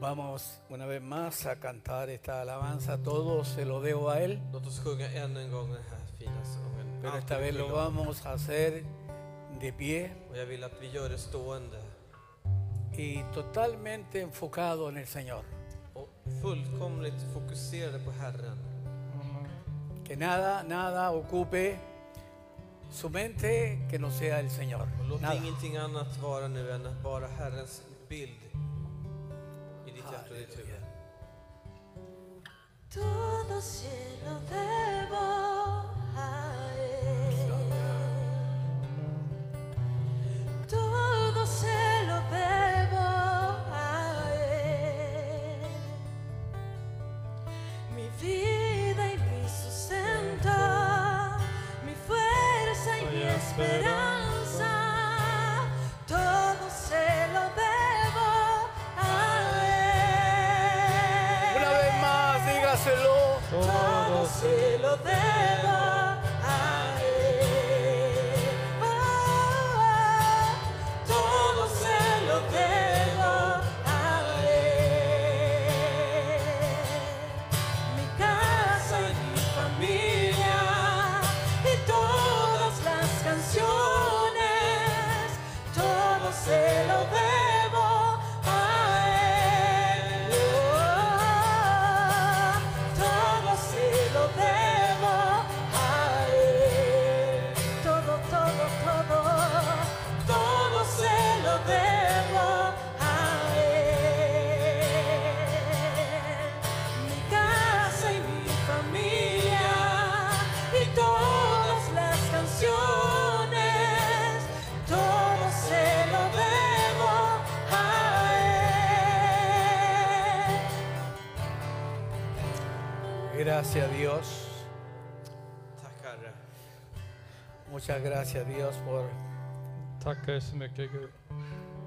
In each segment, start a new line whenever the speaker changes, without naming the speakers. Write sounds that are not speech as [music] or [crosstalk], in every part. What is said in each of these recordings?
Vamos una vez más a cantar esta alabanza. Todo se lo debo a Él,
Låt oss sjunga än en gång den här fina sången.
pero
Allt
esta
är
vez lo
förlåt.
vamos a hacer de pie
Och jag vill att vi gör det stående
y totalmente enfocado en el Señor.
och fullkomligt fokuserade på Herren.
Que nada, nada ocupe su mente que no sea el Señor.
Och låt
Nada.
ingenting annat vara nu än att vara Herrens bild i ditt hjärta och ditt huvud.
Aleluya.
Todo se lo debo a Él. Todo se lo debo a Él. Mi vida y mi sustento, mi fuerza y mi esperanza, todo se lo debo a Él.
Una vez más, dígaselo.
Todo se lo debo a Él. Oh, oh, todo se lo debo a Él. Mi casa y mi familia y todas las canciones, todo se lo debo a Él. Oh, todo se lo debo a Él. Todo, todo, todo, todo se lo debo a Él. Mi casa y mi familia y todas las canciones, todo se lo debo a Él.
Gracias a Dios.
Tack Herre.
Muchas gracias Dios por
Tack dig så mycket Gud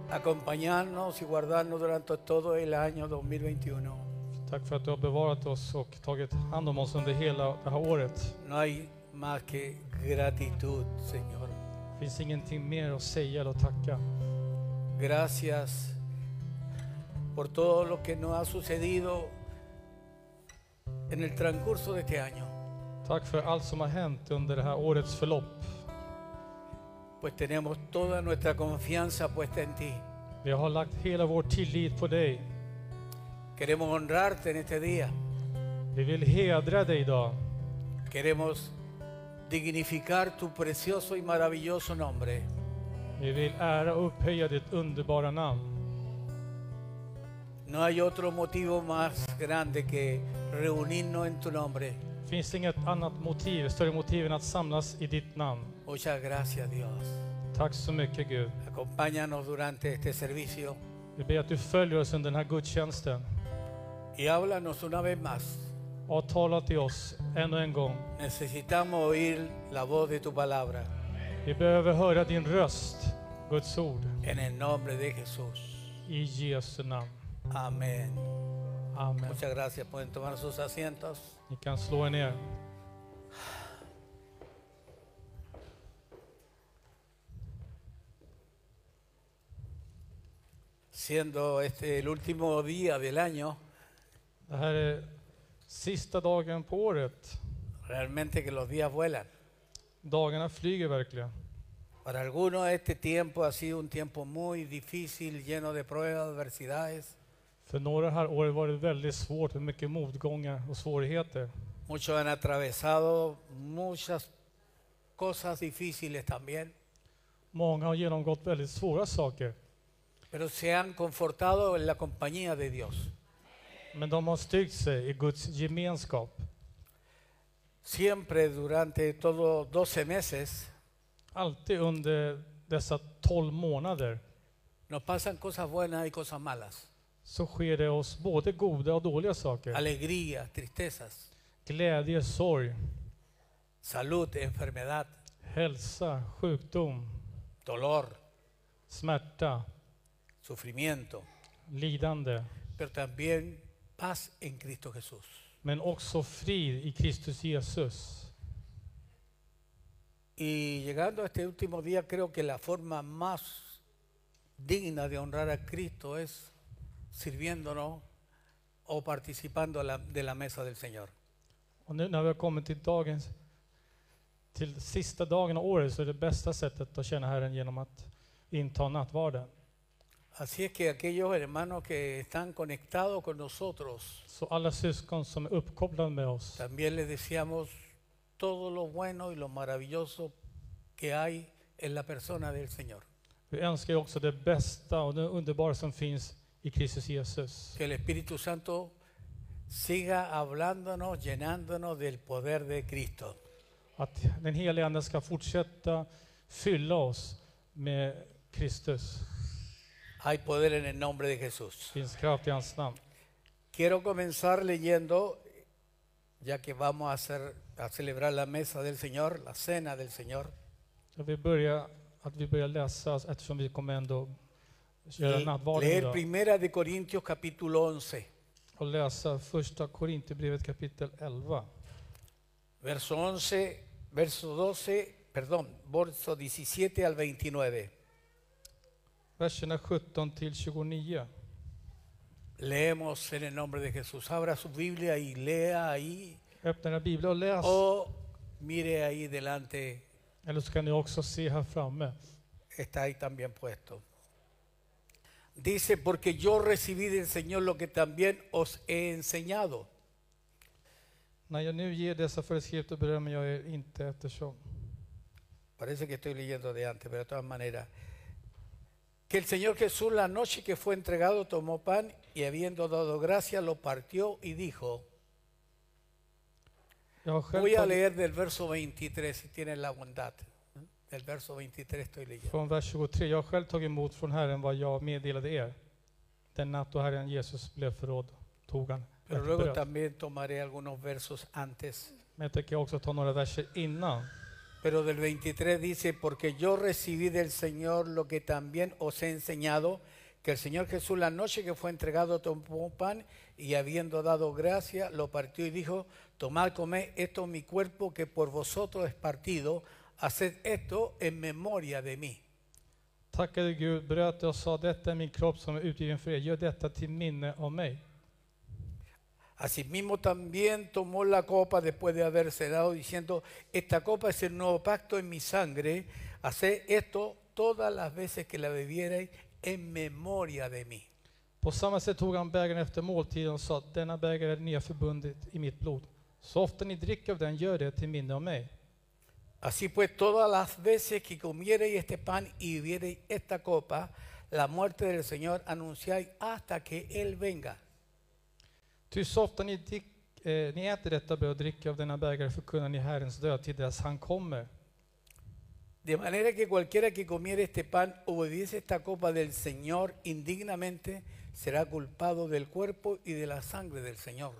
acompañarnos y guardarnos durante todo el año 2021.
Tack för att du har bevarat oss och tagit hand om oss under hela det här året.
No hay más que gratitud, Señor.
Det finns ingenting mer att säga eller att tacka.
Gracias por todo lo que nos ha sucedido en el transcurso de este año.
Tack för allt som har hänt under det här årets förlopp.
Pues tenemos toda nuestra confianza puesta en ti.
Vi har lagt hela vår tillit på dig.
Queremos honrarte en este día.
Vi vill hedra dig idag.
Queremos dignificar tu precioso y maravilloso nombre.
Vi vill ära och upphöja ditt underbara namn.
No hay otro motivo más grande que reunirnos en tu nombre.
Det finns inget annat motiv, större motiv än att samlas i ditt namn.
Muchas gracias Dios.
Tack så mycket Gud.
Acompáñanos durante este servicio
Vi ber att du följer oss under den här gudstjänsten.
y háblanos una vez más.
Och tala till oss än och en gång.
Necesitamos oír la voz de tu palabra
Vi behöver höra din röst, Guds ord,
en el nombre de Jesús.
i Jesu namn.
Amén.
Amen.
Muchas gracias. Pueden tomar sus asientos.
Ni kan slå er ner.
Siendo este el último día del año,
Det här är sista dagen på året.
realmente que los días vuelan.
Dagarna flyger verkligen.
Para algunos este tiempo ha sido un tiempo muy difícil, lleno de pruebas, adversidades.
För några här år var det väldigt svårt med mycket motgångar och svårigheter.
Muchos han atravesado muchas cosas difíciles también,
Många har genomgått väldigt svåra saker,
pero se han confortado en la compañía de Dios.
men de har styrkt sig i Guds gemenskap.
Siempre durante todos 12 meses
Alltid under dessa 12 månader
nos pasan cosas buenas y cosas malas,
så sker det oss både goda och dåliga saker.
alegrías, tristezas,
Glädje, sorg,
salud, enfermedad,
Hälsa, sjukdom,
dolor,
smärta,
sufrimiento,
lidande,
pero también paz en Cristo Jesús.
men också frid i Kristus Jesus.
Y llegando a este último día, creo que la forma más digna de honrar a Cristo es sirviéndonos o participando la- de la mesa del Señor.
Och nu när vi har kommit till dagens, till sista dagen av året så är det bästa sättet att känna Herren genom att inta nattvarden.
Así es que aquellos hermanos que están conectados con nosotros,
Så alla syskon som är uppkopplade med oss,
también les deseamos todo lo bueno y lo maravilloso que hay en la persona del Señor.
vi önskar ju också det bästa och det underbara som finns i Kristus Jesus.
Que el Espíritu Santo siga hablándonos, llenándonos del poder de Cristo.
Att den heliga Ande ska fortsätta fylla oss med Kristus.
Hay poder en el nombre de Jesús.
Det finns kraft i hans namn.
Quiero comenzar leyendo, ya que vamos a, hacer, a celebrar la mesa del Señor, la cena del Señor,
Jag vill börja, att vi börjar läsa eftersom vi kommer ändå göra
Eh,
nattvarden
leer
idag.
Primera de Corintios capítulo 11,
Och läsa första Korinthierbrevet kapitel 11.
verso 11, verso 12, perdón, verso 17 al 29.
Verserna 17 till 29.
Leemos en el nombre de Jesús. Abra su Biblia y lea ahí
Öppna era biblar och läs.
o mire ahí delante,
Eller så kan ni också se här framme.
está ahí también puesto. Dice, porque yo recibí del Señor lo que también os he enseñado.
När jag nu ger dessa föreskrifter berömmer jag er inte eftersom.
Parece que estoy leyendo de antes, pero de todas maneras. Que el Señor Jesús la noche que fue entregado tomó pan y habiendo dado gracia lo partió y dijo,
Jag har själv
voy a
tagit,
leer del verso 23 si tienen la bondad. ¿eh? Del verso 23 estoy leyendo.
från vers 23. Jag har själv tagit emot från Herren vad jag meddelade er. Den natt då Herren Jesus blev förrådd tog han
Pero
ett
luego
bröd.
también tomaré algunos versos antes.
Men jag tänker också ta några verser innan.
Pero del 23 dice, porque yo recibí del Señor lo que también os he enseñado, que el Señor Jesús la noche que fue entregado tomó pan y habiendo dado gracia, lo partió y dijo, tomad, comed, esto es mi cuerpo que por vosotros es partido, haced esto en memoria de mí.
Tackade Gud, bröt det och sa detta är min kropp som är utgiven för er. Gör detta till minne av mig.
Asimismo también tomó la copa después de haber cenado, diciendo, esta copa es el nuevo pacto en mi sangre, haced esto todas las veces que la bebierais en memoria de mí.
På samma sätt tog han bägaren efter måltiden och sa denna bägare är det nya förbundet i mitt blod. Så ofta ni dricker av den, gör det till minne av mig.
Así pues, todas las veces que comiereis este pan y bebiereis esta copa, la muerte del Señor anunciáis hasta que Él venga.
Ty så ofta ni, drick, eh, ni äter detta bröd och dricker av denna bägare förkunnar ni Herrens död till dess han kommer.
De manera que cualquiera que comiere este pan o bebiese esta copa del Señor indignamente será culpado del cuerpo y de la sangre del Señor.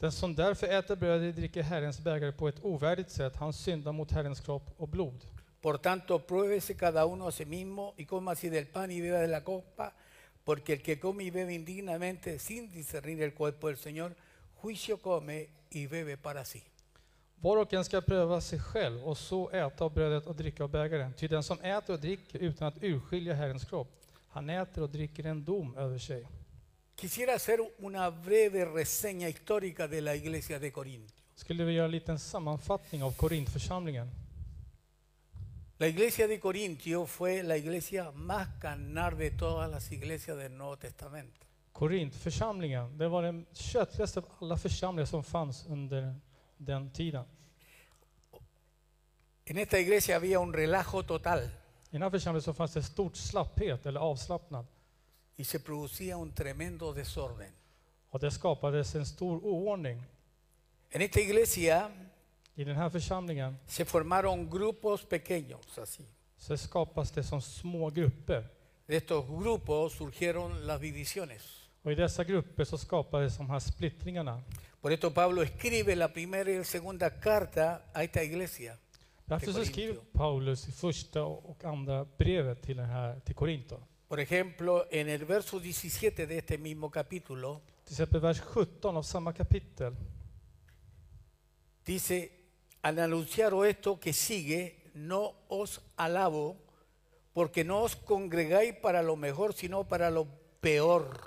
Den som därför äter brödet och dricker Herrens bägare på ett ovärdigt sätt, han syndar mot Herrens kropp och blod.
Por tanto, pruébese cada uno a sí mismo y coma así del pan y beba de la copa, porque el que come y bebe indignamente sin discernir el cuerpo del Señor, juicio come y bebe para sí.
Var och en ska pröva sig själv och så äta av brödet och dricka av bägaren. Ty den som äter och dricker utan att urskilja Herrens kropp, han äter och dricker en dom över sig.
Quisiera hacer una breve reseña histórica de la iglesia de Corintio.
Skulle vi göra en liten sammanfattning av Korintförsamlingen?
La iglesia de Corintio fue la iglesia más canar de todas las iglesias del Nuevo Testamento.
Korintförsamlingen, det var den köttligaste av alla församlingar som fanns under den tiden.
En esta iglesia había un relajo total
I den här församlingen så fanns det stort slapphet eller avslappnad
y se producía un tremendo desorden.
och det skapades en stor oordning.
En esta iglesia
I den här församlingen
se formaron grupos pequeños, así.
så skapas det som små grupper
De estos grupos surgieron las divisiones.
och i dessa grupper så skapades de här splittringarna.
Por esto Pablo escribe la primera y la segunda carta a esta iglesia.
Därför så
Korintio.
skriver Paulus i första och andra brevet till, den här, till Korinto.
Por ejemplo, en el verso 17 de este mismo capítulo,
Till exempel vers 17 av samma kapitel.
dice, al anunciaros esto que sigue, no os alabo, porque no os congregáis para lo mejor, sino para lo peor.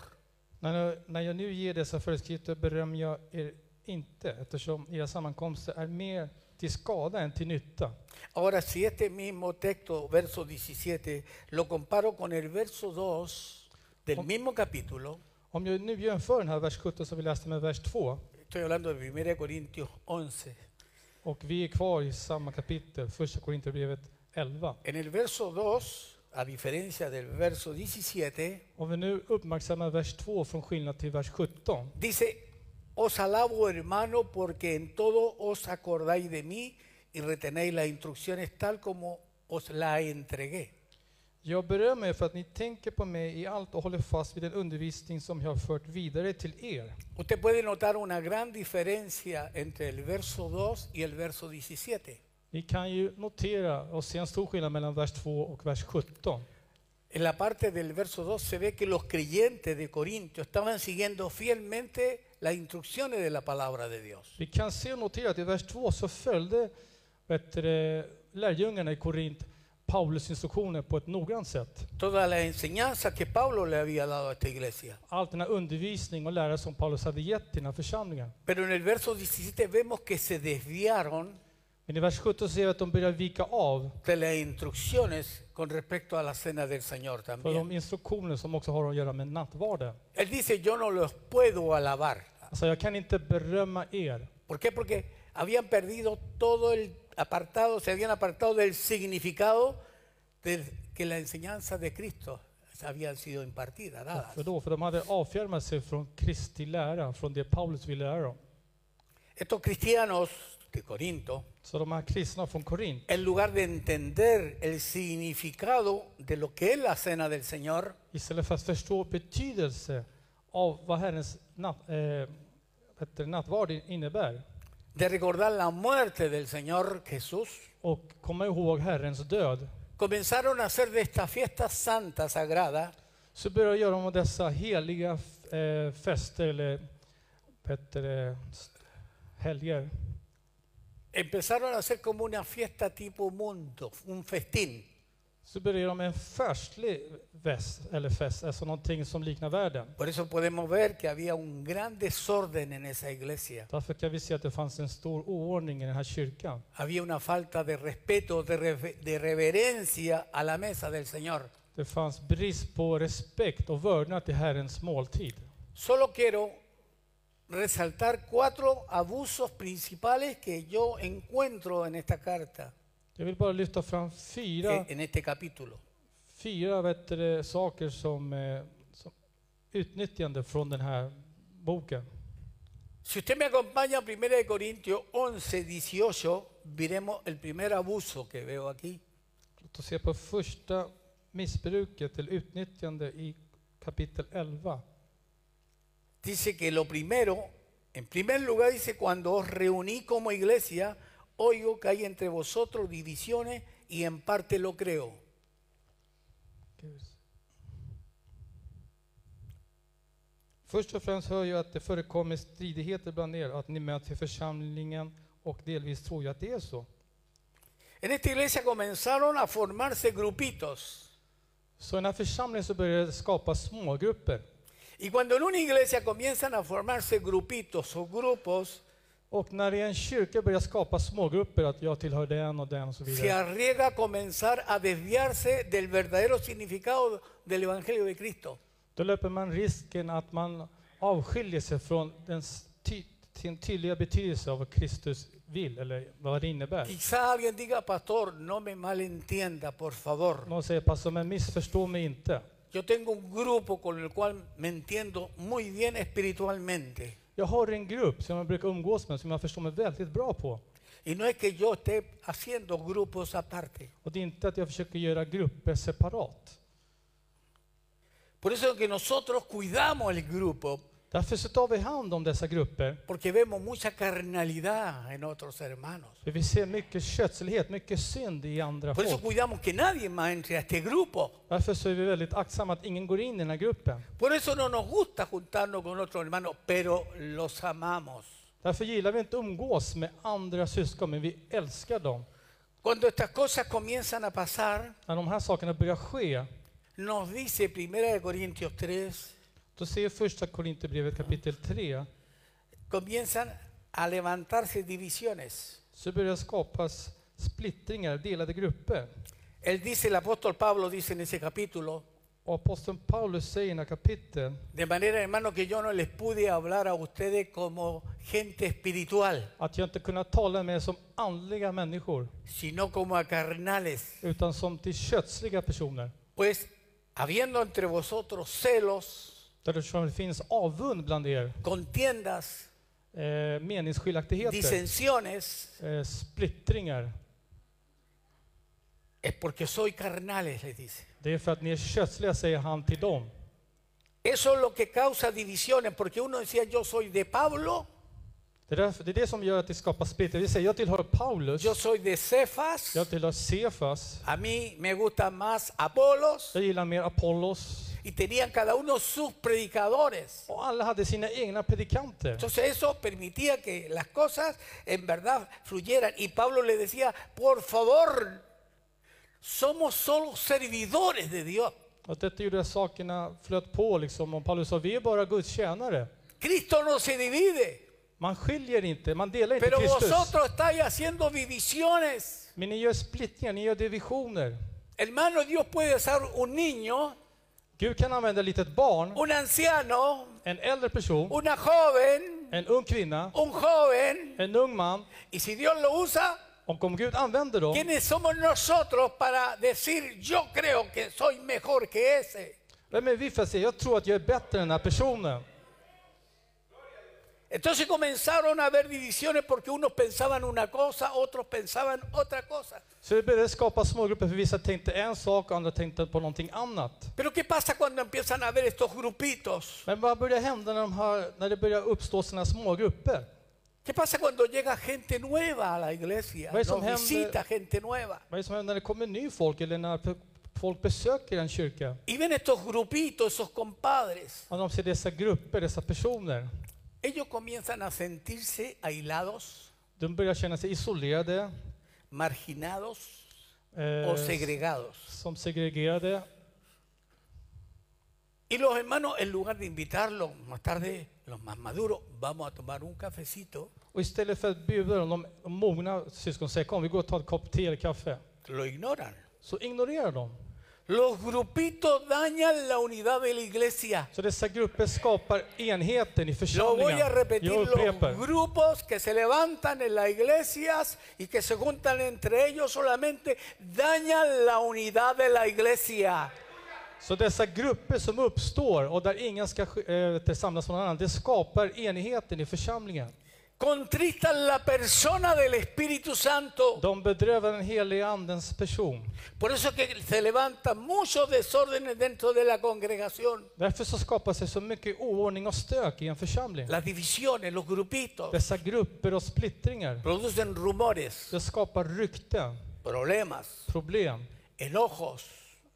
När, jag- när jag nu ger dessa föreskrifter berömmer jag er inte, eftersom era sammankomster är mer till skada än till nytta.
Ahora, si este mismo texto, verso 17, lo comparo con el verso 2 del mismo capítulo,
Om jag nu jämför den här vers 17 som vi läste med vers 2,
estoy hablando de 1 Corintios 11,
och vi är kvar i samma kapitel, första Korinthierbrevet 11.
en el verso 2, a diferencia del verso 17,
Om vi nu uppmärksammar vers 2 från skillnad till vers 17,
Dice, os alabo hermano porque en todo os acordáis de mí y retenéis las instrucciones tal como os la entregué.
Jag berömmer er för att ni tänker på mig i allt och håller fast vid den undervisning som jag har fört vidare till er.
Usted puede notar una gran diferencia entre el verso 2 y el verso 17.
Ni kan ju notera och se en stor skillnad mellan vers 2 och vers 17.
En la parte del verso 2 se ve que los creyentes de Corintio estaban siguiendo fielmente las instrucciones de la palabra de Dios.
Vi kan se och notera att i vers 2 så följde bättre, lärjungarna i Korint Paulus instruktioner på ett noggrant sätt.
Todas las enseñanzas que Pablo le había dado a esta iglesia.
All den här undervisning och lära som Paulus hade gett till den här församlingen.
Pero en el verso 17 vemos que se desviaron
Men i vers 17 ser vi att de börjar vika av
de las instrucciones con respecto a la cena del Señor
för de
también.
instruktioner som också har att göra med nattvarden.
Él dice, yo no los puedo alabar.
Alltså, jag kan inte berömma er
¿Por qué? Porque habían perdido todo el apartado, se habían apartado del significado de que la enseñanza de Cristo habían sido impartida, dada.
För då? För de hade avfjärmat sig från Kristi lära, från det Paulus ville lära dem.
Estos cristianos de Corinto,
Så de här kristna från Korint,
en lugar de entender el significado de lo que es la cena del Señor,
istället för att förstå betydelse av vad Herrens natt, eh, vad heter det, nattvard innebär
de recordar la muerte del Señor Jesús,
och komma ihåg Herrens död,
comenzaron a hacer de esta fiesta santa, sagrada,
så börjar göra om dessa heliga f- eh, fester eller vad heter det, s- helger.
empezaron a hacer como una fiesta tipo mundo, un festín.
Så börjar de med en färslig väst, eller fest, alltså någonting som liknar världen.
Por eso podemos ver que había un gran desorden en esa iglesia.
Därför kan vi se att det fanns en stor oordning i den här kyrkan.
Había una falta de respeto, de, refe- de reverencia a la mesa del Señor.
Det fanns brist på respekt och vördnad till Herrens måltid.
Solo quiero resaltar cuatro abusos principales que yo encuentro en esta carta,
Jag vill bara lyfta fram fyra,
eh, en este capítulo.
fyra vet du, det, saker som, eh, som utnyttjande från den här boken.
Si usted me acompaña a 1 de Corintios 11, 18, veremos el primer abuso que veo aquí.
Låt oss se på första missbruket eller utnyttjande i kapitel 11.
dice que lo primero, en primer lugar dice, cuando os reuní como iglesia, oigo que hay entre vosotros divisiones y en parte lo creo.
Först och främst hör jag att det förekommer stridigheter bland er, att ni möts i församlingen och delvis tror jag att det är så.
En esta iglesia comenzaron a formarse grupitos.
Så i den här församlingen så börjar det skapas smågrupper.
Y cuando en una iglesia comienzan a formarse grupitos o grupos,
Och när det i en kyrka börjar skapa smågrupper, att jag tillhör den och den och så
se
vidare,
arriesga a comenzar a desviarse del verdadero significado del Evangelio de Cristo.
då löper man risken att man avskiljer sig från den s- ty- sin tydliga betydelse av vad Kristus vill eller vad det innebär.
Quizá alguien diga, pastor, no me malentienda, por favor.
Någon säger, pastor, men missförstå mig inte.
Yo tengo un grupo con el cual me entiendo muy bien espiritualmente.
Jag har en grupp som jag brukar umgås med, som jag förstår mig väldigt bra på.
Y no es que yo esté haciendo grupos aparte.
Och det är inte att jag försöker göra grupper separat.
Por eso es que nosotros cuidamos el grupo,
Därför så tar vi hand om dessa grupper,
porque vemos mucha carnalidad en otros hermanos.
för vi ser mycket kötslighet, mycket synd i andra
Por
folk.
eso cuidamos que nadie más entre a este grupo.
Därför så är vi väldigt aktsamma att ingen går in i den här gruppen.
Por eso no nos gusta juntarnos con otros hermanos, pero los amamos.
Därför gillar vi inte att umgås med andra syskon, men vi älskar dem.
Cuando estas cosas comienzan a pasar,
När de här sakerna börjar ske,
nos dice 1 de Corintios 3,
Då ser första Korinthierbrevet kapitel 3,
comienzan a levantarse divisiones.
så börjar skapas splittringar, delade grupper.
Él dice, el apóstol Pablo dice en ese capítulo,
Och aposteln Paulus säger i den här kapiteln,
de manera hermano que yo no les pude hablar a ustedes como gente espiritual,
att jag inte kunnat tala med er som andliga människor,
sino como a carnales.
utan som till kötsliga personer.
Pues habiendo entre vosotros celos,
Därför det finns avund bland er,
contiendas,
eh, meningsskiljaktigheter,
disensiones,
eh, splittringar.
es porque soy carnales, les dice.
Det är för att ni är kötsliga, säger han till dem.
Eso es lo que causa divisiones, porque uno decía yo soy de Pablo,
Det är, därför, det är det som gör att det skapas splittring. Vi säger, jag tillhör Paulus,
yo soy de Cefas,
jag tillhör Cefas,
a mí me gusta más Apolos,
jag gillar mer Apollos.
y tenían cada uno sus predicadores.
Och alla hade sina egna predikanter.
Entonces eso permitía que las cosas en verdad fluyeran. Y Pablo le decía, por favor, somos solo servidores de Dios.
Att detta gjorde att sakerna flöt på liksom. Och Paulus sa, vi är bara Guds tjänare.
Cristo no se divide,
Man skiljer inte, man delar inte
pero
Kristus.
vosotros estáis haciendo divisiones.
Men ni gör splittringar, ni gör divisioner.
Hermano, Dios puede usar un niño,
Gud kan använda ett litet barn,
un anciano,
en äldre person,
una joven,
en ung kvinna,
un joven,
en ung man.
y si Dios lo usa,
Och om Gud använder dem,
¿quiénes somos nosotros para decir yo creo que soy mejor que ese?
vem är vi för att säga, jag tror att jag är bättre än den här personen.
Entonces comenzaron a haber divisiones porque unos pensaban una cosa, otros pensaban otra cosa.
Så det började skapa smågrupper, för vissa tänkte en sak och andra tänkte på någonting annat.
Pero ¿qué pasa cuando empiezan a haber estos grupitos?
Men vad börjar hända när, de här, när det börjar uppstå sådana små grupper?
¿Qué pasa cuando llega gente nueva a la iglesia?
Ves,
Nos
gente-
visita gente nueva.
Vad är det som händer när det kommer ny folk eller när p- folk besöker en kyrka?
Y ven estos grupitos, esos compadres.
Om de ser dessa grupper, dessa personer,
Ellos comienzan a sentirse aislados,
de börjar känna sig isolerade,
marginados
eh,
o segregados.
som segregerade.
Y los hermanos, en lugar de invitarlos más tarde, los más maduros, vamos a tomar un cafecito,
Och istället för att bjuda dem, de de mogna syskon säger kom vi går och tar en kopp te eller kaffe,
lo ignoran.
så ignorerar de.
Los grupitos dañan la unidad de la iglesia.
Så dessa grupper skapar enheten i
Lo voy a
församlingen.
repetir,
Jag
los
upprepar.
grupos que se levantan en las iglesias y que se juntan entre ellos solamente dañan la unidad de la iglesia.
Så dessa grupper som uppstår och där ingen ska sk- eh, vet du, samlas med någon annan, det skapar enheten i församlingen.
Contristan la persona del Espíritu Santo.
De bedrövar den helige andens person.
Por eso es que se levantan muchos desórdenes dentro de la congregación.
Därför så skapas det så mycket oordning och stök i en församling.
Las divisiones, los grupitos,
Dessa grupper och splittringar,
producen rumores,
det skapar rykten,
problemas,
problem,
enojos,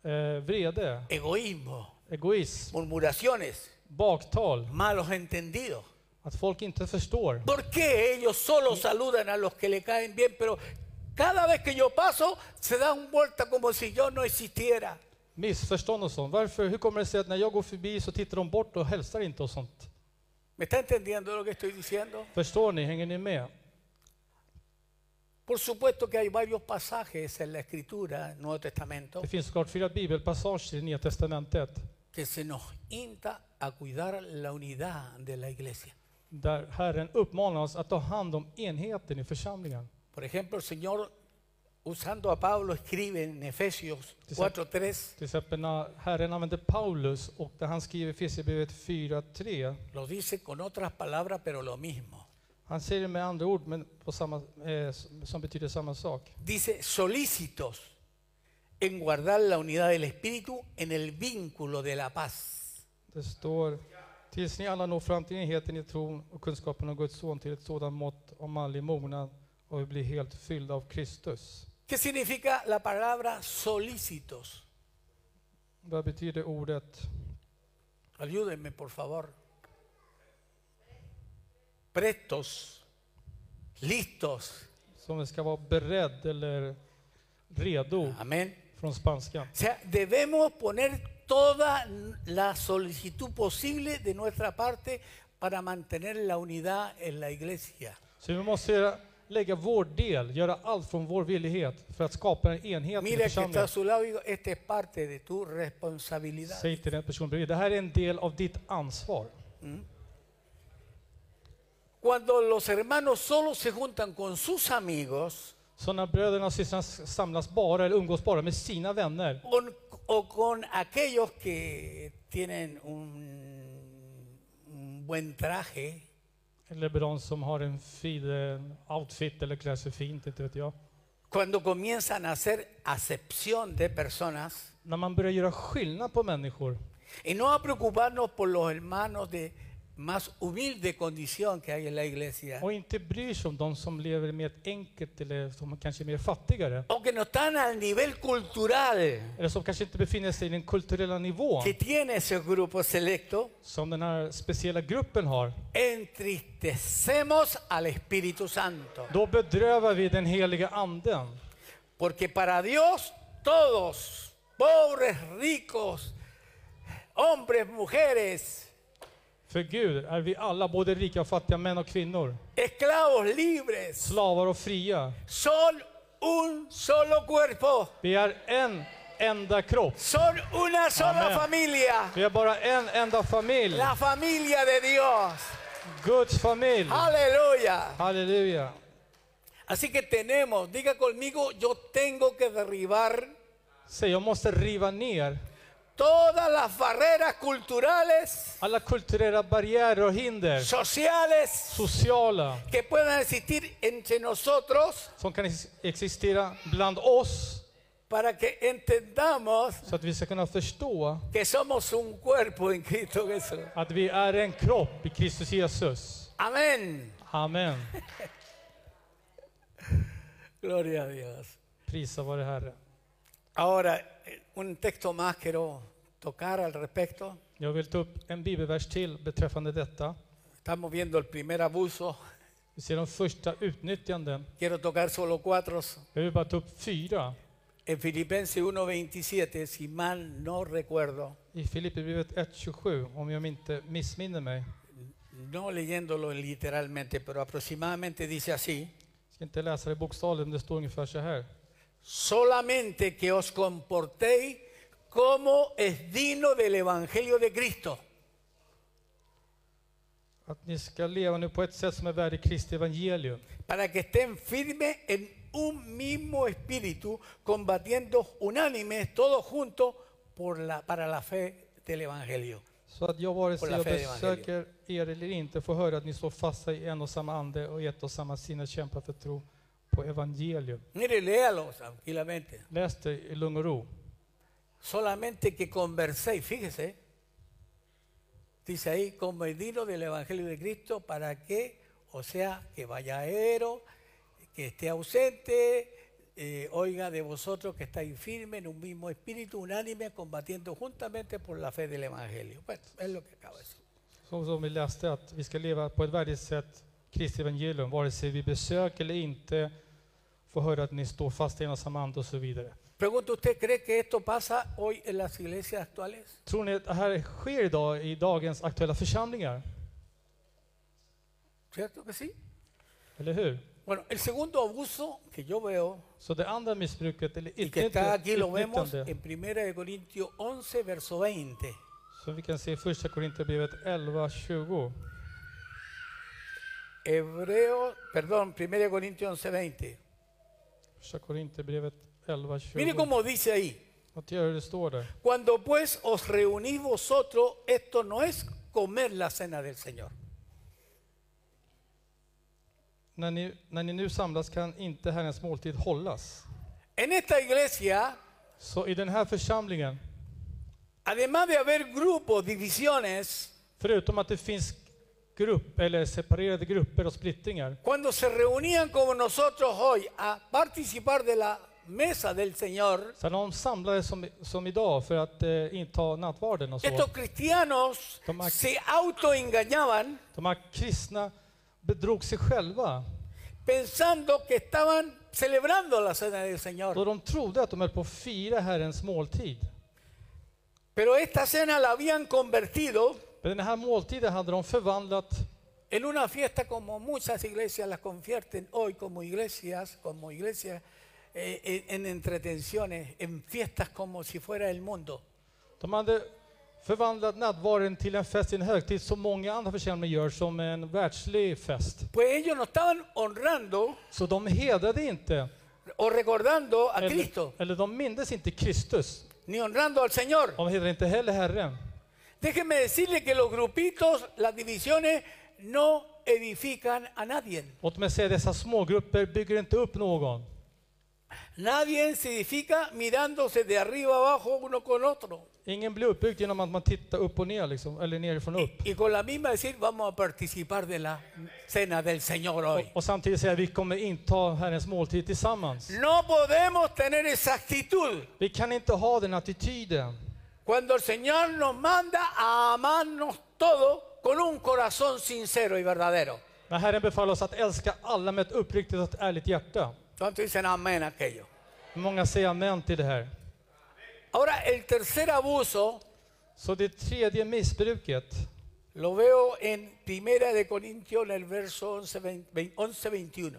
eh, vrede,
egoísmo,
egoism,
murmuraciones,
baktal,
malos entendidos.
att folk inte förstår.
¿Por qué ellos solo saludan a los que le caen bien, pero cada vez que yo paso se dan vuelta como si yo no existiera?
Missförstånd och sånt. Varför, hur kommer det sig att när jag går förbi så tittar de bort och hälsar inte och sånt?
¿Me está entendiendo lo que estoy diciendo?
Förstår ni? Hänger ni med?
Por supuesto que hay varios pasajes en la Escritura, Nuevo Testamento,
Det finns såklart fyra bibelpassager i Nya Testamentet
que se nos insta a cuidar la unidad de la iglesia.
där Herren uppmanar oss att ta hand om enheten i församlingen.
Por ejemplo, el Señor, usando a Pablo, escribe en Efesios
Sí, sí.
4.3,
Till exempel när Herren använder Paulus och där han skriver i Efesierbrevet 4.3.
lo dice con otras palabras, pero lo mismo.
Han säger det med andra ord men på samma, eh, som- som betyder samma sak.
Dice, solícitos en guardar la unidad del Espíritu en el vínculo de la paz.
Det står Tills ni alla når fram till enheten i tron och kunskapen om Guds son till ett sådant mått av manlig mognad och vi blir helt fyllda av Kristus.
¿Qué significa la palabra solícitos?
Vad betyder ordet?
Ayúdenme, por favor. Prestos, listos.
Som vi ska vara beredd eller redo
Amén.
från spanskan.
O sea, debemos poner toda la solicitud posible de nuestra parte para mantener la unidad en la iglesia.
Så vi måste göra, lägga vår del, göra allt från vår villighet för att skapa en enhet i
Mira que está
församlingen.
a su lado y digo, esta es parte de tu responsabilidad.
Säg till den personen bredvid, det här är en del av ditt ansvar.
Cuando los hermanos solo se juntan con sus amigos
Så när bröderna och systrarna s- samlas bara eller umgås bara med sina vänner
con- o con aquellos que tienen un, un buen traje,
eller med de som har en fin eh, outfit eller klär sig fint, inte vet jag.
cuando comienzan a hacer acepción de personas
När man börjar göra skillnad på människor
y no a preocuparnos por los hermanos de más humilde condición que hay en la iglesia
och inte bryr sig om de som lever mer enkelt eller som kanske är mer fattigare
o que no están al nivel cultural
eller som kanske inte befinner sig i den kulturella nivån
que tiene ese grupo selecto,
som den här speciella gruppen har,
entristecemos al Espíritu Santo.
då bedrövar vi den heliga anden.
Porque para Dios todos, pobres, ricos, hombres, mujeres,
För Gud är vi alla, både rika och fattiga, män och kvinnor,
esclavos, libres,
slavar och fria.
son un solo cuerpo,
Vi är en enda kropp.
son una sola
Amén.
familia,
Vi är bara en enda familj.
la familia de Dios.
Guds familj.
Aleluya.
Halleluja.
Así que tenemos, diga conmigo, yo tengo que derribar
Säg, jag måste riva ner
todas las barreras culturales,
alla kulturella barriärer och hinder,
sociales,
sociala,
que puedan existir entre nosotros
som kan ex- existera bland oss,
para que entendamos
så att vi ska kunna förstå
que somos un cuerpo en Cristo Jesús.
att vi är en kropp i Kristus Jesus.
Amén.
Amen.
Gloria a Dios.
Prisa vare Herre.
Ahora, eh, un texto más quiero tocar al respecto.
Jag vill ta upp en bibelvers till beträffande detta.
Estamos viendo el primer abuso.
Vi ser de första utnyttjanden.
Quiero tocar solo cuatro.
Jag vill bara ta upp fyra.
En Filipenses 1.27, si mal no recuerdo,
I Filipperbrevet 1.27, om jag inte missminner mig.
no leyéndolo literalmente, pero aproximadamente dice así,
Jag ska inte läsa det bokstavligt, men det står ungefär så här.
solamente que os comportéis como es digno del Evangelio de Cristo.
Att ni ska leva nu på ett sätt som är värdigt Kristi evangelium.
para que estén firmes en un mismo espíritu, combatiendo unánimes todos juntos por la, para la fe del Evangelio.
Så att jag vare sig
Hålla
jag
för
besöker er eller inte får höra att ni står fasta i en och samma ande och i ett och samma sinne och kämpar för tro på evangelium.
Mire, léalo tranquilamente.
Läs det i lugn och ro.
Solamente que converséis, fíjese, dice ahí, como el dino del Evangelio de Cristo, para que, o sea, que vaya ero, que esté ausente, eh, oiga de vosotros que estáis firmes en un mismo espíritu, unánime, combatiendo juntamente por la fe del Evangelio. Bueno, es lo que acaba de decir.
Som, som vi läste att vi ska leva på ett värdigt sätt, Kristi evangelium, vare sig vi besöker eller inte, får höra att ni står fast i en och samma ande och så vidare.
Pregunto, ¿usted cree que esto pasa hoy en las iglesias actuales?
Tror ni att det här sker idag i dagens aktuella församlingar?
¿Cierto que sí?
Eller hur?
Bueno, el segundo abuso que yo veo
Så det andra missbruket, eller
y que está
utnyttjande,
aquí lo vemos
utnyttjande,
en 1 Corintios 11, verso 20.
som vi kan se i första Korinthierbrevet 11.20.
Hebreo, perdón, 1 Corintios 11, 20.
Första Korinthierbrevet 11.20.
Mire cómo dice ahí.
Notera hur det står där.
Cuando pues os reunís vosotros, esto no es comer la cena del Señor.
När ni, när ni nu samlas kan inte Herrens måltid hållas.
En esta iglesia,
Så i den här församlingen
además de haber grupos, divisiones,
Förutom att det finns grupp eller separerade grupper och splittringar.
Cuando se reunían como nosotros hoy a participar de la mesa del Señor,
Så de samlades som, som idag för att eh, inta nattvarden och så.
estos cristianos
Toma-
se autoengañaban
De här kristna bedrog sig själva
pensando que estaban celebrando la cena del
då
Señor.
de trodde att de höll på att fira Herrens måltid.
Pero esta cena la habían convertido
Men den här måltiden hade de förvandlat
en una fiesta como muchas iglesias las convierten hoy como iglesias, como iglesias eh, en, en entretenciones, en fiestas como si fuera el mundo.
de hade förvandlat nattvarden till en fest, till en högtid som många andra församlingar gör som en världslig fest.
Pues ellos no estaban honrando
Så de hedrade inte,
o recordando a
eller,
Cristo,
eller de mindes inte Kristus.
ni honrando al Señor.
De hedrade inte heller Herren.
Déjenme decirle que los grupitos, las divisiones, no edifican a nadie.
Låt mig säga dessa smågrupper bygger inte upp någon.
Nadie se edifica mirándose de arriba abajo uno con otro.
Ingen blir uppbyggd genom att man tittar upp och ner, liksom, eller nerifrån och upp.
Y con la misma decir, vamos a participar de la cena del Señor hoy.
Och samtidigt säga vi kommer inta Herrens måltid tillsammans.
No podemos tener esa actitud
Vi kan inte ha den attityden.
cuando el Señor nos manda a amarnos todo con un corazón sincero y verdadero.
När Herren befaller oss att älska alla med ett uppriktigt och ett ärligt hjärta.
¿Cuánto dicen amén a aquello?
Hur många säger amen till det här?
Ahora, el tercer abuso
Så det tredje missbruket,
Lo veo en Primera de Corintios, en el verso 11, 20, 11, 21,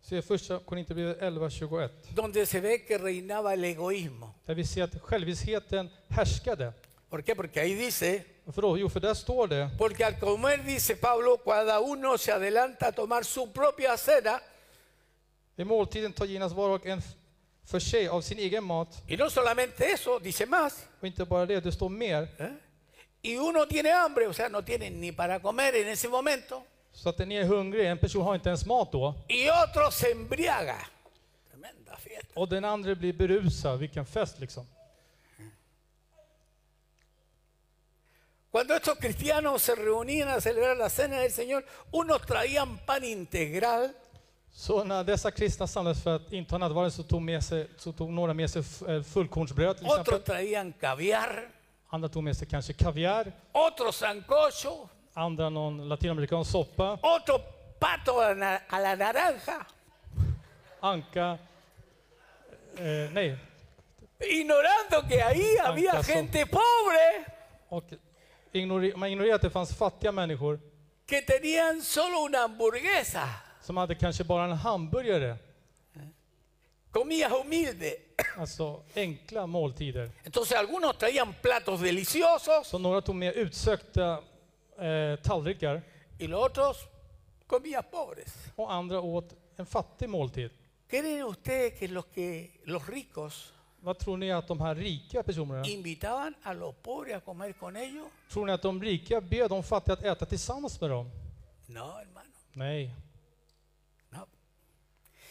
så är första Korinthierbrevet 11.21.
donde se ve que reinaba el egoísmo.
Där vi ser att själviskheten härskade.
¿Por qué? Porque ahí dice,
Varför då? Jo, för där står det
porque al comer, dice Pablo, cada uno se adelanta a tomar su propia cena,
Vid måltiden tar genast var och en f- för sig av sin egen mat.
y no solamente eso, dice más,
Och inte bara det, det står mer.
¿eh? y uno tiene hambre, o sea, no tiene ni para comer en ese momento,
Så att den är hungrig, en person har inte ens mat då.
y otro se embriaga. Tremenda fiesta.
Och den andra blir berusad, vilken fest liksom.
Cuando estos cristianos se reunían a celebrar la cena del Señor, unos traían pan integral,
Så när dessa kristna samlades för att inta nattvarden så tog, med sig, så tog några med sig f- eh, fullkornsbröd till exempel.
Otros traían caviar,
Andra tog med sig kanske kaviar,
otros sancocho,
andra någon latinamerikansk soppa,
otro pato a na- a la naranja.
anka, eh, nej,
Ignorando que ahí había
Sancazo.
gente pobre
och ignore, man ignorerade att det fanns fattiga människor
que tenían solo una hamburguesa,
som hade kanske bara en hamburgare,
comidas humildes.
alltså enkla måltider.
Entonces algunos traían platos deliciosos
Så några tog med utsökta eh, tallrikar
y los otros comidas pobres.
och andra åt en fattig måltid.
¿Creen ustedes que los, que los ricos
Vad tror ni att de här rika personerna,
invitaban a los pobres a comer con ellos?
tror ni att de rika ber de fattiga att äta tillsammans med dem?
No, hermano.
Nej.
No.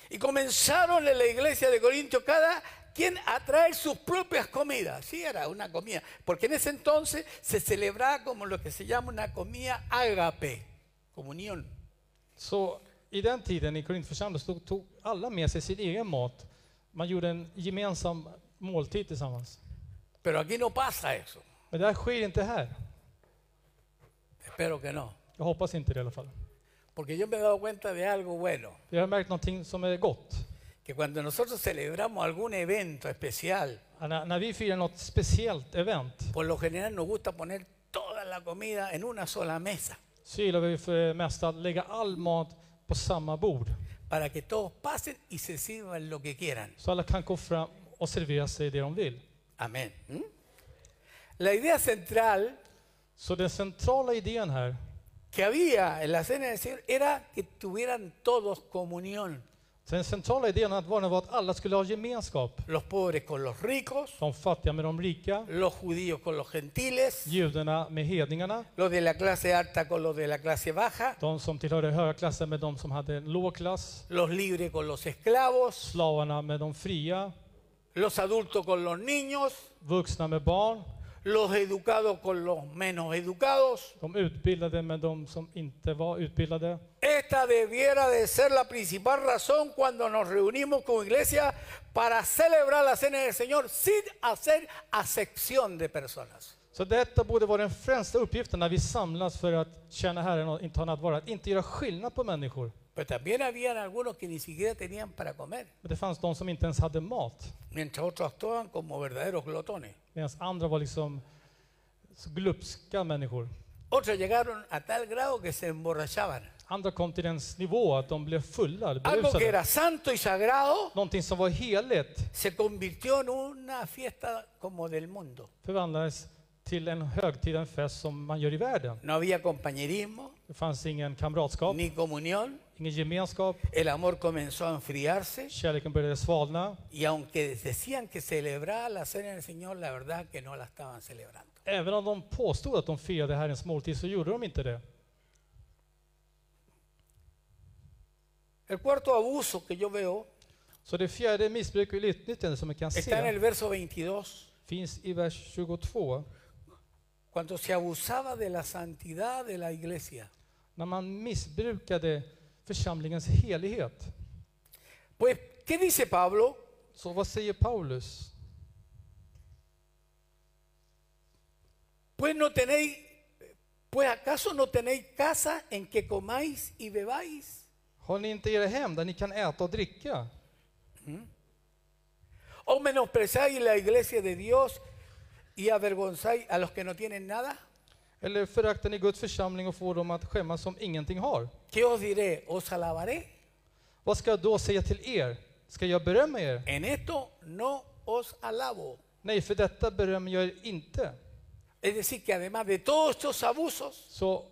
Y comenzaron en la iglesia de Corintio cada quien a traer sus propias comidas. Sí, era una comida. Porque en ese entonces se celebraba como lo que se llama una comida ágape, comunión.
Så i den tiden i Korintförsamlingen så tog alla med sig sin egen mat. Man gjorde en gemensam måltid tillsammans.
Pero aquí no pasa eso.
Men det här sker inte här.
Espero que no.
Jag hoppas inte det i alla fall.
Porque yo me he dado cuenta de algo bueno.
Jag har märkt någonting som är gott.
Que cuando nosotros celebramos algún evento especial,
När, när vi firar något speciellt event
por lo general nos gusta poner toda la comida en una sola mesa.
så gillar vi för det mesta att lägga all mat på samma bord.
Para que todos pasen y se sirvan lo que quieran.
Så alla kan gå fram och servera sig det de vill.
Amén. ¿Mm? La idea central
Så den centrala idén här
que había en la cena del Señor era que tuvieran todos comunión,
så den centrala idén att vara var att alla skulle ha gemenskap.
los pobres con los ricos,
De fattiga med de rika,
los judíos con los gentiles,
judarna med hedningarna,
los de la clase alta con los de la clase baja,
de som tillhörde höga klassen med de som hade låg klass,
los libres con los esclavos,
slavarna med de fria,
los adultos con los niños,
vuxna med barn,
los educados con los menos educados.
de utbildade med de som inte var utbildade.
Esta debiera de ser la principal razón cuando nos reunimos como iglesia para celebrar la cena del Señor sin hacer acepción de personas.
Så detta borde vara den främsta uppgiften när vi samlas för att känna Herren och inte ha nattvara, att inte göra skillnad på människor.
Pero también habían algunos que ni siquiera tenían para comer,
Men det fanns de som inte ens hade mat,
mientras otros actuaban como verdaderos glotones.
medan andra var liksom glupska människor.
Otros llegaron a tal grado que se emborrachaban.
Andra kom till den nivå att de blev fulla, eller
Algo que
berusade.
era santo y sagrado
Någonting som var heligt
se convirtió en una fiesta como del mundo.
förvandlades till en högtid, en fest som man gör i världen.
No había compañerismo
Det fanns ingen kamratskap,
ni comunión.
ingen gemenskap.
El amor comenzó a enfriarse
Kärleken började svalna.
y aunque decían que celebraba la cena del Señor, la verdad que no la estaban celebrando.
Även om de påstod att de firade Herrens måltid så gjorde de inte det.
El cuarto abuso que yo veo
Så det fjärde missbruk och utnyttjande som vi kan
está en
se
el verso 22,
finns i vers 22.
cuando se abusaba de la santidad de la iglesia.
När man missbrukade församlingens helighet.
Pues, ¿qué dice Pablo?
Så vad säger Paulus?
Pues no tenéis, pues acaso no tenéis casa en que comáis y bebáis,
Har ni inte era hem där ni kan äta och dricka?
o menosprezáis la iglesia de Dios y avergonzáis a los que no tienen nada.
Eller föraktar ni Guds församling och får dem att skämmas som ingenting har?
¿Qué os diré? ¿Os alabaré?
Vad ska jag då säga till er? Ska jag berömma er?
En esto no os alabo.
Nej, för detta berömmer jag er inte.
Es decir, que además de todos estos abusos,
Så,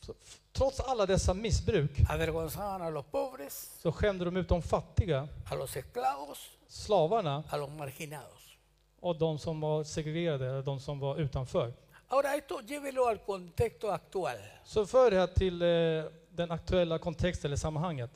så f- trots alla dessa missbruk
avergonzaban a los pobres,
så skämde de ut de fattiga,
a los esclavos,
slavarna
a los marginados.
och de som var segregerade, eller de som var utanför.
Ahora esto llévelo al contexto actual.
Så för det här till eh, den aktuella kontexten eller sammanhanget.